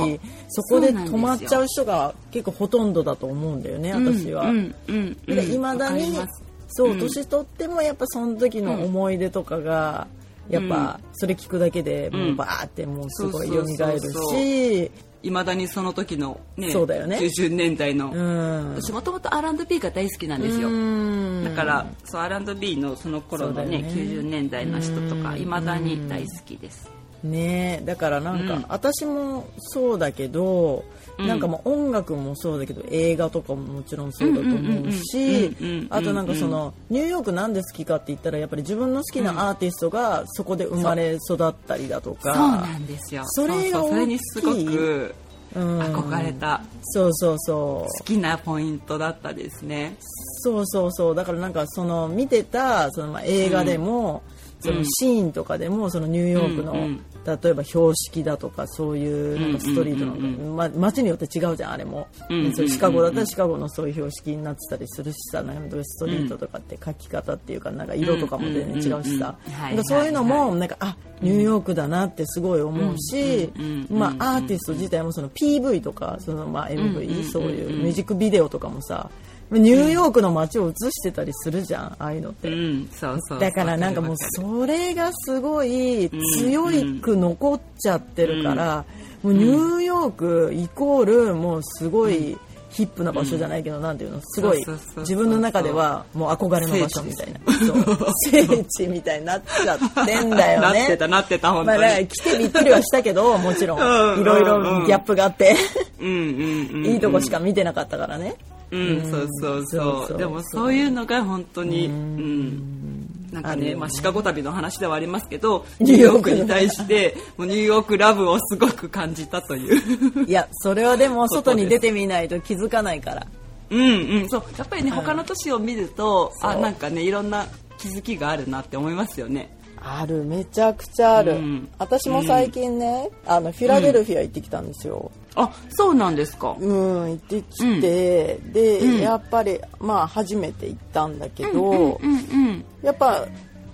Speaker 2: そこで
Speaker 1: そうなんです
Speaker 2: 止
Speaker 1: よ
Speaker 2: まっちゃう人が結構ほとんどだと思うんだよね私は。
Speaker 1: うんうんうん
Speaker 2: いまだ
Speaker 1: わかり
Speaker 2: に
Speaker 1: ます
Speaker 2: そう
Speaker 1: うん
Speaker 2: 年取ってもやっぱその時の思い出とかが、やっぱそれ聞くだけでもうバーってもうすごい蘇る
Speaker 1: そうそうそう
Speaker 2: し、
Speaker 1: 未だにその時の、ね、
Speaker 2: [LAUGHS] そうだよね
Speaker 1: 90年代の、
Speaker 2: うん、
Speaker 1: 私もともと R&B が大好きなんですよ。
Speaker 2: うん
Speaker 1: だから、そう R&B のその頃のね
Speaker 2: そうだよね
Speaker 1: 90年代の人とかいまだに大好きです。
Speaker 2: ねえだからなんか、
Speaker 1: うん
Speaker 2: 私もそうだけど、
Speaker 1: うん
Speaker 2: なんかもう音楽もそうだけど映画とかももちろんそうだと思うし
Speaker 1: うんうんうんうんうんうんうん
Speaker 2: あとなんかそのニューヨークなんで好きかって言ったらやっぱり自分の好きなアーティストがそこで生まれ育ったりだと
Speaker 1: そう
Speaker 2: か
Speaker 1: なんですよ。
Speaker 2: それ
Speaker 1: そ
Speaker 2: が
Speaker 1: うそうそれにすご
Speaker 2: 大きい
Speaker 1: く
Speaker 2: うん
Speaker 1: 憧れた
Speaker 2: そうそうそう
Speaker 1: 好きなポイントだったですね。
Speaker 2: そうそうそうだからなんかその見てたそのまあ映画でも、そのシーンとかでもそのニューヨークの、
Speaker 1: うんうん
Speaker 2: 例えば標識だとかそういうなんかストリートの、
Speaker 1: うんうんうん
Speaker 2: ま、街によって違うじゃんあれも、
Speaker 1: うんうんうんうん
Speaker 2: それシカゴだったらシカゴのそういう標識になってたりするしさなんかストリートとかって書き方っていうかなんか色とかも全然違うしさ、
Speaker 1: うんうんうんうん
Speaker 2: なんかそういうの
Speaker 1: はいはい
Speaker 2: も
Speaker 1: は
Speaker 2: なんかあニューヨークだなってすごい思うし、
Speaker 1: うんうんうん
Speaker 2: まあ、アーティスト自体もその PV とかそのまあ MV、
Speaker 1: うんうん
Speaker 2: そういうミュージックビデオとかもさニューヨークの街を映してたりするじゃんああいうのっ
Speaker 1: う
Speaker 2: て、
Speaker 1: ん、そうそう
Speaker 2: だからなんかもうそれがすごい強く残っちゃってるから、もうニューヨークイコールもうすごいヒップな場所じゃないけど、なんていうのすごい
Speaker 1: そうそうそうそう
Speaker 2: 自分の中ではもう憧れの場所みたいなそう聖地みたいになっちゃってんだ
Speaker 1: [LAUGHS]
Speaker 2: よ
Speaker 1: なっ
Speaker 2: ね。
Speaker 1: てたなってた本
Speaker 2: ま
Speaker 1: 当
Speaker 2: あ、
Speaker 1: に。
Speaker 2: だから来てびっくりはしたけ [LAUGHS] どもちろ
Speaker 1: うんうんん
Speaker 2: いろいろギャップがあって
Speaker 1: うんうんうんうん。
Speaker 2: いいとこしか見てなかったからね。
Speaker 1: うん、そうそう
Speaker 2: そう
Speaker 1: そ
Speaker 2: そう
Speaker 1: う。でもそういうのが本当に、うん。なんか
Speaker 2: あるよ
Speaker 1: ね、
Speaker 2: ね
Speaker 1: まあ、シカゴ旅の話ではありますけど、
Speaker 2: ニ
Speaker 1: ニ
Speaker 2: ュ
Speaker 1: ュ
Speaker 2: ー
Speaker 1: ー
Speaker 2: ヨ
Speaker 1: ヨー
Speaker 2: ーク
Speaker 1: ク
Speaker 2: の
Speaker 1: に対して、もうニューヨークラブをすごく感じたという。 [LAUGHS]
Speaker 2: いやそれはでも外に出てみないと気づかないから
Speaker 1: うんうん、そうやっぱりね、他の都市を見るとあなんかねいろんな気づきがあるなって思いますよね。
Speaker 2: あるめちゃくちゃある、
Speaker 1: うん
Speaker 2: 私も最近ね、あのフィラデルフィア行ってきたんですよ、
Speaker 1: あそうなんですか
Speaker 2: うん行ってきて、で、
Speaker 1: うん
Speaker 2: やっぱりまあ初めて行ったんだけど、
Speaker 1: うんうん
Speaker 2: やっぱ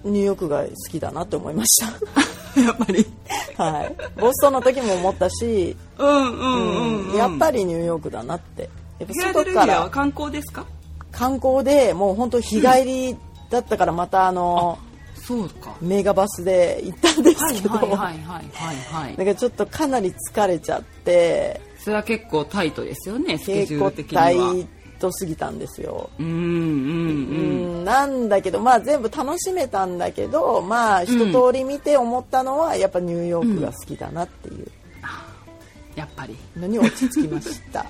Speaker 2: ニューヨークが好きだなって思いまし
Speaker 1: うん [LAUGHS] やっぱり
Speaker 2: た [LAUGHS] はいボストンの時も思ったし、
Speaker 1: うんうんうん、うん、
Speaker 2: やっぱりニューヨークだなってやっ
Speaker 1: フ
Speaker 2: ぱ
Speaker 1: ィラデ
Speaker 2: 外
Speaker 1: ルフ
Speaker 2: か
Speaker 1: ィアは
Speaker 2: ら
Speaker 1: 観光ですか
Speaker 2: 観光でもう本当日帰りだったからまたあの、
Speaker 1: そうかは
Speaker 2: メガバスで行ったんです
Speaker 1: い
Speaker 2: けど、
Speaker 1: はいはいはいはい
Speaker 2: だ
Speaker 1: は
Speaker 2: か
Speaker 1: い
Speaker 2: らちょっとかなり疲れちゃって
Speaker 1: [LAUGHS] それは結構タイトですよねスケジ
Speaker 2: 結
Speaker 1: ュー
Speaker 2: 構
Speaker 1: ル的には
Speaker 2: タイトすぎたんですよ。
Speaker 1: うん
Speaker 2: う
Speaker 1: うんうん
Speaker 2: ん、なんだけど、まあ、全部楽しめたんだけど、まあ、一通り見て思ったのはやっぱニューヨークが好きだなっていう
Speaker 1: やっぱり
Speaker 2: のに落ち着きました。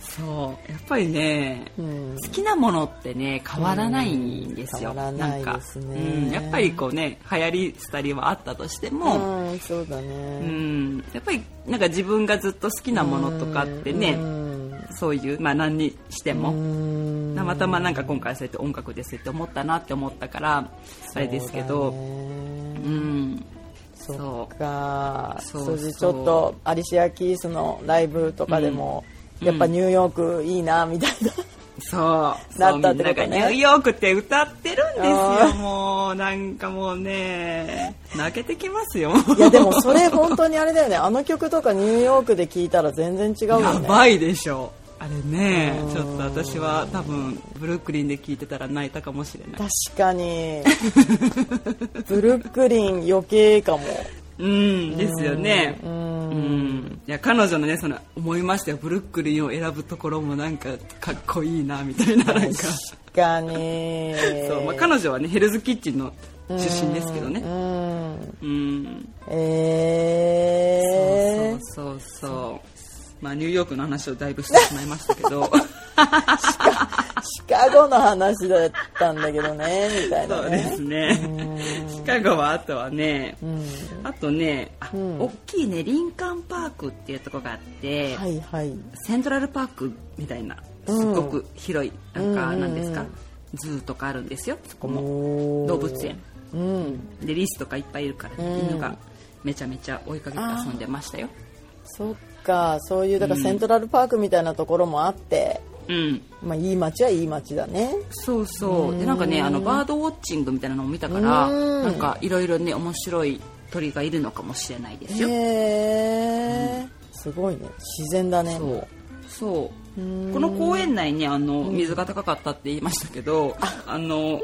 Speaker 1: そうやっぱりね
Speaker 2: うん
Speaker 1: 好きなものってね変わらないんですよ、
Speaker 2: うん変わらないですね
Speaker 1: なんか、うん、やっぱりこうね流行り廃りはあったとしても、
Speaker 2: うん、そうだ
Speaker 1: うん
Speaker 2: ね。
Speaker 1: やっぱりなんか自分がずっと好きなものとかってね、
Speaker 2: うん
Speaker 1: そういう、まあ、何にしても、
Speaker 2: うん
Speaker 1: たまたまなんか今回そうやって音楽ですって思ったなって思ったからあれですけどう,、
Speaker 2: そうだね
Speaker 1: ん
Speaker 2: そっか
Speaker 1: そう
Speaker 2: それでち
Speaker 1: そう
Speaker 2: ょっとアリシア・キースのライブとかでも、
Speaker 1: うん
Speaker 2: やっぱニューヨークいいなみたいな、
Speaker 1: そう
Speaker 2: なったってこと
Speaker 1: そ
Speaker 2: ね
Speaker 1: うみんながニューヨークって歌ってるんですよ
Speaker 2: あ
Speaker 1: もうなんかもうね泣けてきますよ
Speaker 2: いやでもそれ本当にあれだよねあの曲とかニューヨークで聴いたら全然違うよ
Speaker 1: [LAUGHS] や
Speaker 2: ね
Speaker 1: ばいでしょあれね
Speaker 2: うん
Speaker 1: ちょっと私は多分ブルックリンで聞いてたら泣いたかもしれない
Speaker 2: 確かにブルックリン余計かも
Speaker 1: うんですよね
Speaker 2: う
Speaker 1: うんんいや彼女のねその思いましたよブルックリンを選ぶところもなんかかっこいいなみたいななんか
Speaker 2: 確かに
Speaker 1: そうまあ、彼女はねヘルズキッチンの出身ですけど
Speaker 2: う
Speaker 1: ね
Speaker 2: ん
Speaker 1: うん
Speaker 2: えー、
Speaker 1: そうそうそうまあニューヨークの話をだいぶしてしまいましたけど
Speaker 2: シカゴの話だったんだけどねみたい
Speaker 1: そ
Speaker 2: な
Speaker 1: う
Speaker 2: ね
Speaker 1: ですねシカゴはあとはね
Speaker 2: うん
Speaker 1: あとねあ、
Speaker 2: うん
Speaker 1: 大きいねリンカーンパークっていうとこがあって、
Speaker 2: はいはい。
Speaker 1: セントラルパークみたいな
Speaker 2: うん
Speaker 1: すごく広い、なん
Speaker 2: うん
Speaker 1: か
Speaker 2: うんうん
Speaker 1: なんですか、ズーとかあるんですよそこも
Speaker 2: おー
Speaker 1: 動物園。
Speaker 2: うん。
Speaker 1: でリスとかいっぱいいるから、
Speaker 2: うん
Speaker 1: 犬がめちゃめちゃ追いかけて遊んでましたよ
Speaker 2: そっか、そういうだからセントラルパークみたいなところもあって、
Speaker 1: うん
Speaker 2: まあいい街はいい街だね。
Speaker 1: そうそうでなんかねあのバードウォッチングみたいなのを見たから
Speaker 2: うん
Speaker 1: なんかいろいろね面白い鳥がいるのかもしれないです
Speaker 2: へ
Speaker 1: よ、
Speaker 2: え、すごいね。自然だね。
Speaker 1: そうそうう
Speaker 2: ーん
Speaker 1: この公園内ねあの水が高かったって言いましたけどあ
Speaker 2: [LAUGHS]
Speaker 1: の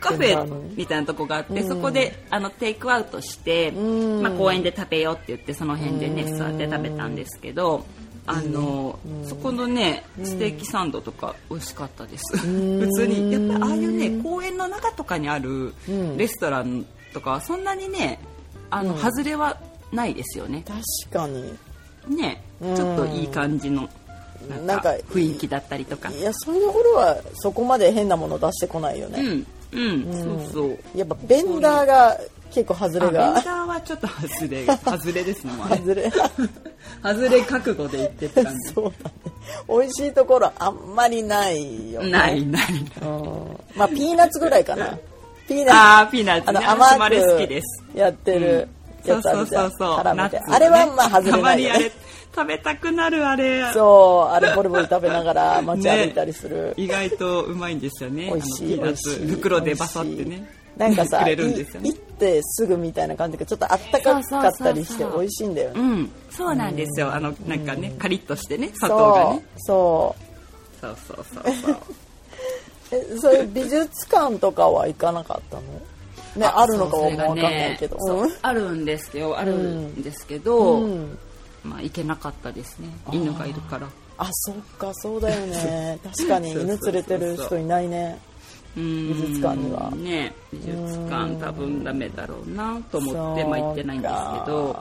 Speaker 1: カフェみたいなとこがあってそこであのテイクアウトして、
Speaker 2: うん
Speaker 1: まあ、公園で食べようって言ってその辺でね座って食べたんですけどあのそこのねステーキサンドとか美味しかったです
Speaker 2: ん
Speaker 1: 普通にやっぱりああいうね公園の中とかにある
Speaker 2: うん
Speaker 1: レストランとかはそんなにねあの外れはないですよね
Speaker 2: 確かに。
Speaker 1: ね、
Speaker 2: うん
Speaker 1: ちょっといい感じの
Speaker 2: な
Speaker 1: なんん
Speaker 2: か
Speaker 1: か雰囲気だったりとか
Speaker 2: いや、そういうところはそこまで変なもの出してこないよ
Speaker 1: う
Speaker 2: ね。
Speaker 1: んうん、そうそう
Speaker 2: やっぱベンダーが結構外
Speaker 1: あ
Speaker 2: れ
Speaker 1: ベンダ
Speaker 2: が。
Speaker 1: ーはちょっと外
Speaker 2: [LAUGHS]
Speaker 1: れ外れですねもうあれ
Speaker 2: 外れ [LAUGHS]
Speaker 1: 外れ覚悟で行ってったん
Speaker 2: そうだね美味しいところあんまりないよ
Speaker 1: で
Speaker 2: ね
Speaker 1: ないない
Speaker 2: うんまあピーナッツぐらいかなピーナッツ
Speaker 1: あーピーナッツ
Speaker 2: あ
Speaker 1: ね
Speaker 2: の
Speaker 1: 私も
Speaker 2: 甘
Speaker 1: あ
Speaker 2: く
Speaker 1: れ好きです
Speaker 2: やってる
Speaker 1: そ
Speaker 2: や
Speaker 1: う
Speaker 2: つあ
Speaker 1: そう
Speaker 2: るじゃ
Speaker 1: そ
Speaker 2: ん
Speaker 1: うそう
Speaker 2: 絡
Speaker 1: ナ
Speaker 2: め
Speaker 1: ッツ
Speaker 2: て
Speaker 1: ね
Speaker 2: あれはまあ外れ
Speaker 1: たま
Speaker 2: ない
Speaker 1: に
Speaker 2: よ
Speaker 1: あ
Speaker 2: ね
Speaker 1: れ食べたくなるあれ
Speaker 2: そうあれボリボリ食べながら街歩いたりする、
Speaker 1: 意外とうまいんですよね
Speaker 2: 美味しい
Speaker 1: あのピー
Speaker 2: 美
Speaker 1: ナッ
Speaker 2: 味し
Speaker 1: ツ
Speaker 2: い
Speaker 1: 袋でバサってね
Speaker 2: なんかさ
Speaker 1: く
Speaker 2: い
Speaker 1: れるんですよね
Speaker 2: 行ってすぐみたいな感じでちょっとあったかかったりして
Speaker 1: そうそうそうそう
Speaker 2: 美味しいんだよ
Speaker 1: う
Speaker 2: ね
Speaker 1: んそうなんですよあのなんかねカリッとしてね砂糖が
Speaker 2: そ
Speaker 1: ね
Speaker 2: うそう
Speaker 1: そうそうそうそう
Speaker 2: えそういう美術館とかは行かなかったのねあるのか
Speaker 1: そうそれ
Speaker 2: も分か
Speaker 1: が
Speaker 2: ん
Speaker 1: ね
Speaker 2: [LAUGHS] ないけど
Speaker 1: そう
Speaker 2: うん
Speaker 1: あるんですよあるんですけど、
Speaker 2: うん
Speaker 1: まあ行けなかったですね犬がいるから
Speaker 2: あそっかそうだ
Speaker 1: [LAUGHS]
Speaker 2: よね確かに
Speaker 1: そうそう
Speaker 2: 犬
Speaker 1: そうそう
Speaker 2: 連れてる人いないね
Speaker 1: 美
Speaker 2: 術館には
Speaker 1: ね美術館多分ダメだろうなと思って
Speaker 2: そう
Speaker 1: ま
Speaker 2: か
Speaker 1: あ行ってないんですけど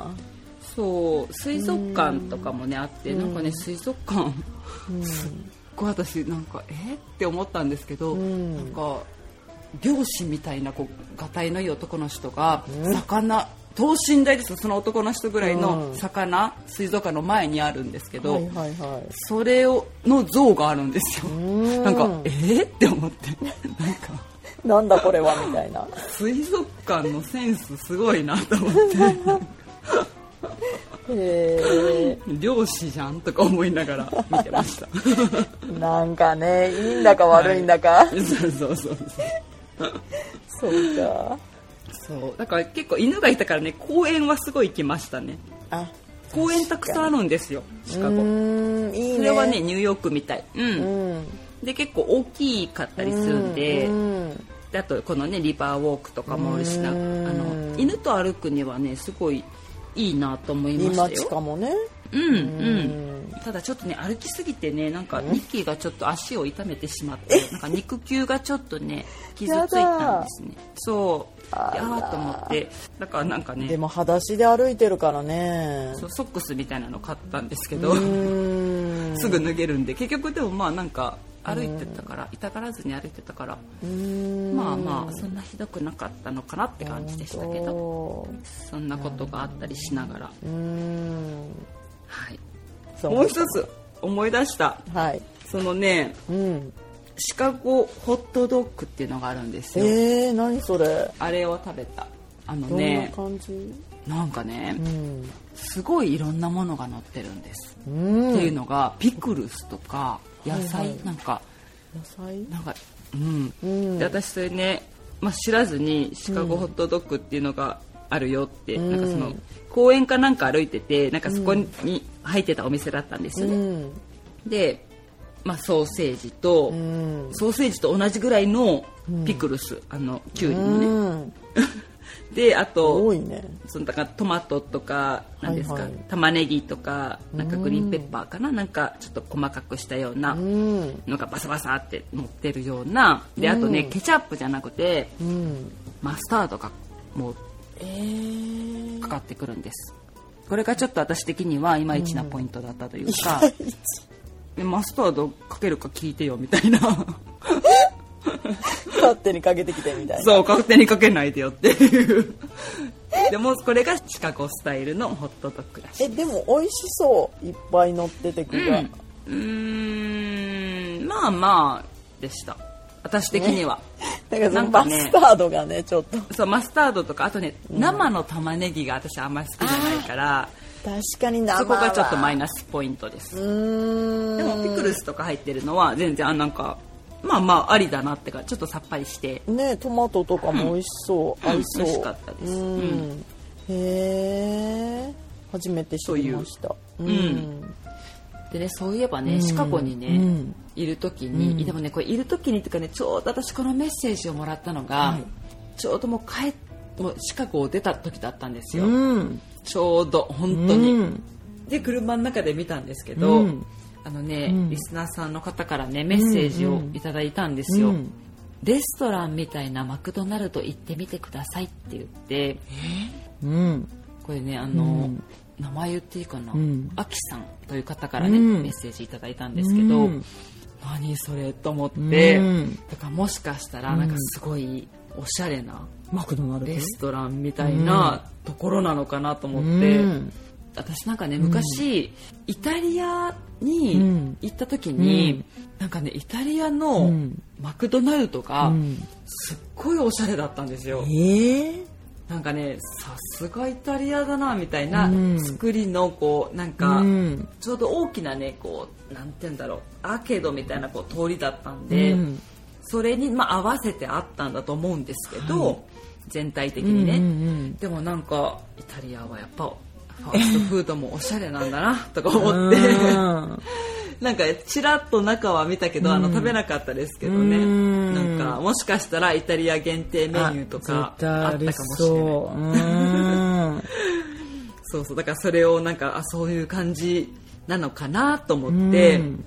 Speaker 1: そう水族館とかもねあってなんかね水族館すっごい私なんかえって思ったんですけど、
Speaker 2: ん
Speaker 1: なんか漁師みたいなこうがたいのいい男の人が魚等身大ですよその男の人ぐらいの魚、水族館の前にあるんですけど、
Speaker 2: はいはいはい
Speaker 1: それをの像があるんですよ
Speaker 2: ん
Speaker 1: なんかえー、って思ってなんか
Speaker 2: なんだこれはみたい
Speaker 1: [LAUGHS]
Speaker 2: な
Speaker 1: 水族館のセンスすごいなと思っ
Speaker 2: へ
Speaker 1: て漁師じゃんとか思いながら見てました
Speaker 2: ーなんかねいいんだか悪いんだか、
Speaker 1: そうそうそう
Speaker 2: そうか
Speaker 1: そうだから結構犬がいたからね公園はすごい行きましたね
Speaker 2: あ
Speaker 1: 公園たくさんあるんですよシカ
Speaker 2: う
Speaker 1: ゴ
Speaker 2: ーんいいね
Speaker 1: それはねニューヨークみたい、う、
Speaker 2: うんん
Speaker 1: で結構大きかったりするんで、
Speaker 2: うん
Speaker 1: であとこのねリバーウォークとかもあるしなあ
Speaker 2: うん
Speaker 1: の犬と歩くにはねすごいいいなと思い
Speaker 2: いい
Speaker 1: ました
Speaker 2: 街
Speaker 1: よ、
Speaker 2: かもね
Speaker 1: うんう
Speaker 2: う
Speaker 1: ん、
Speaker 2: ん
Speaker 1: ただちょっとね歩きすぎてねなんかニッキーがちょっと足を痛めてしまってなんか肉球がちょっと [LAUGHS] ね傷ついたんですねそう
Speaker 2: あら
Speaker 1: やばと思ってだからなんか
Speaker 2: で
Speaker 1: ね
Speaker 2: も裸足で歩いてるからね
Speaker 1: そうソックスみたいなの買ったんですけ
Speaker 2: う
Speaker 1: ど、
Speaker 2: ーん
Speaker 1: すぐ脱げるんで結局でもまあなんか歩いてたから痛がらずに歩いてたから
Speaker 2: うーん
Speaker 1: まあまあそんなひどくなかったのかなって感じでしたけど
Speaker 2: ど
Speaker 1: そんなことがあったりしながら
Speaker 2: うーん
Speaker 1: はい
Speaker 2: そ
Speaker 1: もう一つ思い出した
Speaker 2: はい
Speaker 1: そのね
Speaker 2: うん
Speaker 1: シカゴホットドッグっていうのがあるんですよ
Speaker 2: えー、何それ
Speaker 1: あれを食べたあの
Speaker 2: どんな
Speaker 1: ね
Speaker 2: 感じ、
Speaker 1: なんかね
Speaker 2: うん
Speaker 1: すごいいろんなものが載ってるんです
Speaker 2: うん
Speaker 1: っていうのがピクルスとか野
Speaker 2: はいは
Speaker 1: 菜
Speaker 2: い
Speaker 1: なんか
Speaker 2: 野菜
Speaker 1: なんかうん
Speaker 2: うん
Speaker 1: で私それね、まあ、知らずにシカゴホットドッグっていうのがあるよって、
Speaker 2: うん
Speaker 1: なんかその公園かなんか歩いててなんかそこに入ってたお店だったんです
Speaker 2: う
Speaker 1: よね、
Speaker 2: ん
Speaker 1: で、まあ、ソーセージと、
Speaker 2: うん
Speaker 1: ソーセージと同じぐらいのピクルス、あのキュウリのね、
Speaker 2: うん
Speaker 1: であ
Speaker 2: 多
Speaker 1: と
Speaker 2: いね
Speaker 1: そのだからトマトとかなんですか、
Speaker 2: はいはい
Speaker 1: 玉ねぎとかなんかグリーンペッパーかな、なんかちょっと細かくしたような
Speaker 2: うん
Speaker 1: のがバサバサって乗ってるようなであとね、
Speaker 2: うん
Speaker 1: ケチャップじゃなくて
Speaker 2: うん
Speaker 1: マスタードがもう
Speaker 2: え [LAUGHS] ー
Speaker 1: かかってくるんですこれがちょっと私的にはいまいちなポイントだったというか、でマスタードかけるか聞いてよみたいな
Speaker 2: 勝手にかけてきてみたいな
Speaker 1: そう勝手にかけないでよっていうでもこれがシカゴスタイルのホットドッグだし
Speaker 2: えでも美味しそういっぱい乗ってて具が、
Speaker 1: うーんまあまあでした私的には、
Speaker 2: だからその
Speaker 1: なん
Speaker 2: マ
Speaker 1: かね
Speaker 2: スタードがねちょっと
Speaker 1: そうマスタードとかあとね生の玉ねぎが私あんまり好きじゃないから
Speaker 2: 確かに生は
Speaker 1: そこがちょっとマイナスポイントです
Speaker 2: うーん
Speaker 1: でもピクルスとか入ってるのは全然あなんかまあまあありだなってかちょっとさっぱりして
Speaker 2: ねトマトとかも美味しそう、
Speaker 1: うん
Speaker 2: 合いそう
Speaker 1: 美味しかったです
Speaker 2: うん
Speaker 1: うん
Speaker 2: へえ初めて知りました
Speaker 1: ううんでねそういえばねシカゴにね、
Speaker 2: うん
Speaker 1: いる時に、でもねこれいる時にっていうかねちょうど私このメッセージをもらったのが、ちょうどもう帰っもうシカゴを出た時だったんですよ、
Speaker 2: うん
Speaker 1: ちょうど本当に、
Speaker 2: うん
Speaker 1: で車の中で見たんですけど、
Speaker 2: うん
Speaker 1: あのね、
Speaker 2: ん
Speaker 1: リスナーさんの方からねメッセージをいただいたんですよ、
Speaker 2: うん
Speaker 1: レストランみたいなマクドナルド行ってみてくださいって言って
Speaker 2: うん
Speaker 1: これねあの、名前言っていいかな、
Speaker 2: ん
Speaker 1: あきさんという方からね、
Speaker 2: うん
Speaker 1: メッセージいただいたんですけど、
Speaker 2: うん
Speaker 1: 何それと思って、
Speaker 2: うん
Speaker 1: だからもしかしたらなんかすごいおしゃれな
Speaker 2: マクドナル
Speaker 1: レストランみたいなところなのかなと思って、
Speaker 2: うん
Speaker 1: 私なんかね昔、イタリア
Speaker 2: うん
Speaker 1: に行った時に、なんかねイタリア
Speaker 2: う
Speaker 1: の
Speaker 2: ん
Speaker 1: マクドナルドが
Speaker 2: うん
Speaker 1: すっごいおしゃれだったんですよ、
Speaker 2: ええ
Speaker 1: なんかねさすがイタリアだなみたいな
Speaker 2: うん
Speaker 1: 作りのこうなんか、
Speaker 2: うん
Speaker 1: ちょうど大きなねこうなんて言うんだろうアーケードみたいなこう通りだったんで、
Speaker 2: うん
Speaker 1: それに、まあ、合わせてあったんだと思うんですけど、全体的にね、
Speaker 2: うんうんうん
Speaker 1: でもなんかイタリアはやっぱファーストフードもおしゃれなんだ
Speaker 2: [LAUGHS]
Speaker 1: なとか思って
Speaker 2: うん
Speaker 1: なんかちらっと中は見たけど、あの食べなかったですけどね、
Speaker 2: うん
Speaker 1: なんかもしかしたらイタリア限定メニューとかあったかもしれない
Speaker 2: そううん
Speaker 1: そうそうだからそれをなんかあそういう感じなのかなと思って、
Speaker 2: うん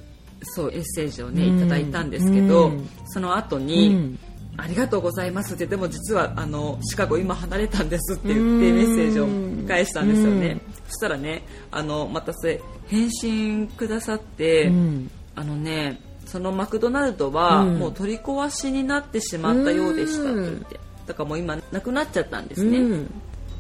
Speaker 1: そうエッセージをねいただいたんですけど、
Speaker 2: うん
Speaker 1: その後に、
Speaker 2: うん
Speaker 1: ありがとうございます」ってでも実はあのシカゴ今離れたんです」って言ってメッセージを返したんですよね、
Speaker 2: うん
Speaker 1: そしたらねあのまたそれ返信くださって、
Speaker 2: うん
Speaker 1: あのねそのマクドナルドは
Speaker 2: うん
Speaker 1: もう取り壊しになってしまったようでしたって言って、だからもう今なくなっちゃったんですね、
Speaker 2: うん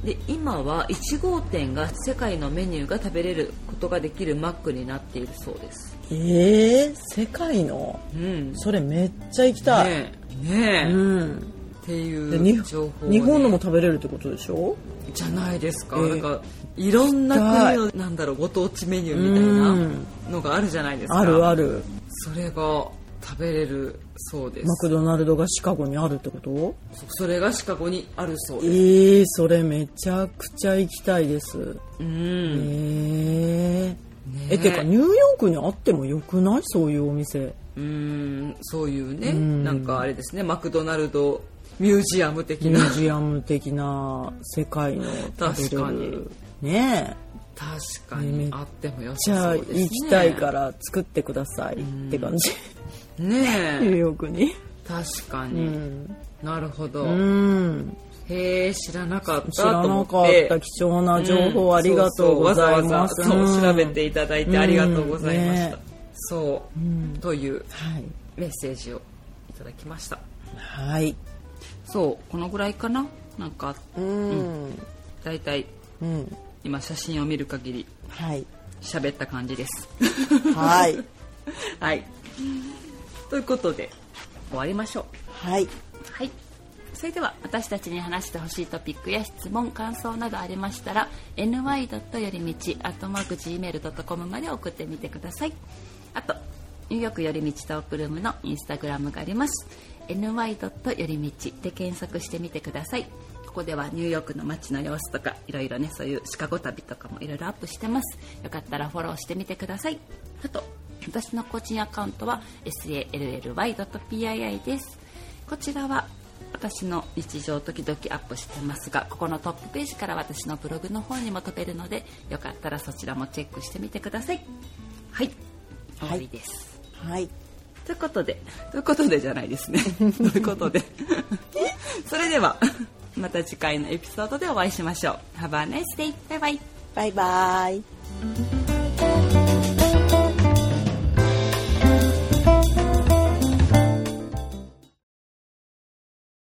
Speaker 1: で今は1号店が世界のメニューが食べれることができるマックになっているそうです、
Speaker 2: ええ世界の
Speaker 1: うん、ね
Speaker 2: それめっちゃ行きたい、
Speaker 1: えねえ、
Speaker 2: う
Speaker 1: っ
Speaker 2: ん
Speaker 1: て
Speaker 2: で
Speaker 1: い
Speaker 2: に
Speaker 1: う情報
Speaker 2: 日本
Speaker 1: ね
Speaker 2: のも食べれるってことでしょ
Speaker 1: じゃないですか、
Speaker 2: ええ
Speaker 1: なんかいろんな国のなんだろうご当地メニューみたいなのがあるじゃないですか
Speaker 2: あるある
Speaker 1: それが食べれるそうで
Speaker 2: マ
Speaker 1: す
Speaker 2: クドナルドがシカゴにあるってこと
Speaker 1: そそれがシカゴにあるそうです、
Speaker 2: ええそれめちゃくちゃ行きたいです
Speaker 1: うん
Speaker 2: ええ
Speaker 1: ね
Speaker 2: えてかニューヨークにあってもよくないそういうお店
Speaker 1: うーんそういうね
Speaker 2: ん
Speaker 1: なんかあれですねマクドナルドミュージアム的
Speaker 2: ミュ
Speaker 1: な
Speaker 2: ージアム的
Speaker 1: [LAUGHS]
Speaker 2: な世界の食べれる
Speaker 1: 確
Speaker 2: ねえ
Speaker 1: 確かにあってもよ
Speaker 2: じ
Speaker 1: さ
Speaker 2: ゃあ
Speaker 1: そうですね
Speaker 2: 行きたいから作ってくださいって感じニュー
Speaker 1: ねえ
Speaker 2: ヨークに
Speaker 1: 確か
Speaker 2: う
Speaker 1: に
Speaker 2: ん
Speaker 1: なるほど
Speaker 2: うん
Speaker 1: へえ知らなかっ
Speaker 2: 知
Speaker 1: た
Speaker 2: ら
Speaker 1: と思
Speaker 2: な
Speaker 1: っ
Speaker 2: かってた貴重な情報ありがとうございます
Speaker 1: んそうそうわざわざそう調べ
Speaker 2: い
Speaker 1: ていただいてありがとうございました、
Speaker 2: うんね
Speaker 1: そう、という
Speaker 2: はい
Speaker 1: メッセージをいただきました
Speaker 2: はい
Speaker 1: そうこのぐらいかななんか
Speaker 4: うん
Speaker 1: だいたい
Speaker 4: うん
Speaker 1: 今写真を見る限り
Speaker 4: はい
Speaker 1: 喋った感じ [LAUGHS] です
Speaker 2: [LAUGHS]
Speaker 4: はい
Speaker 1: はい。ということで、終わりましょう。
Speaker 4: はい
Speaker 1: はい。それでは、私たちに話してほしいトピックや質問、感想などありましたら、ny. よりみち、アットマーク gmail.com まで送ってみてください。あと、ニューヨークよりみちトークルームのインスタグラムがあります。ny. よりみちで検索してみてください。ここではニューヨークの街の様子とか、いろいろね、そういうシカゴ旅とかもいろいろアップしてます。よかったらフォローしてみてください。あと、私の個人アカウントは sally.pii です。こちらは私の日常を時々アップしてますがここのトップページから私のブログの方にも飛べるのでよかったらそちらもチェックしてみてくださいはい終わりです、
Speaker 4: はい
Speaker 1: ということでということでじゃないですねということでそれではまた次回のエピソードでお会いしましょう Have a nice day! バイバイ
Speaker 4: バイバイ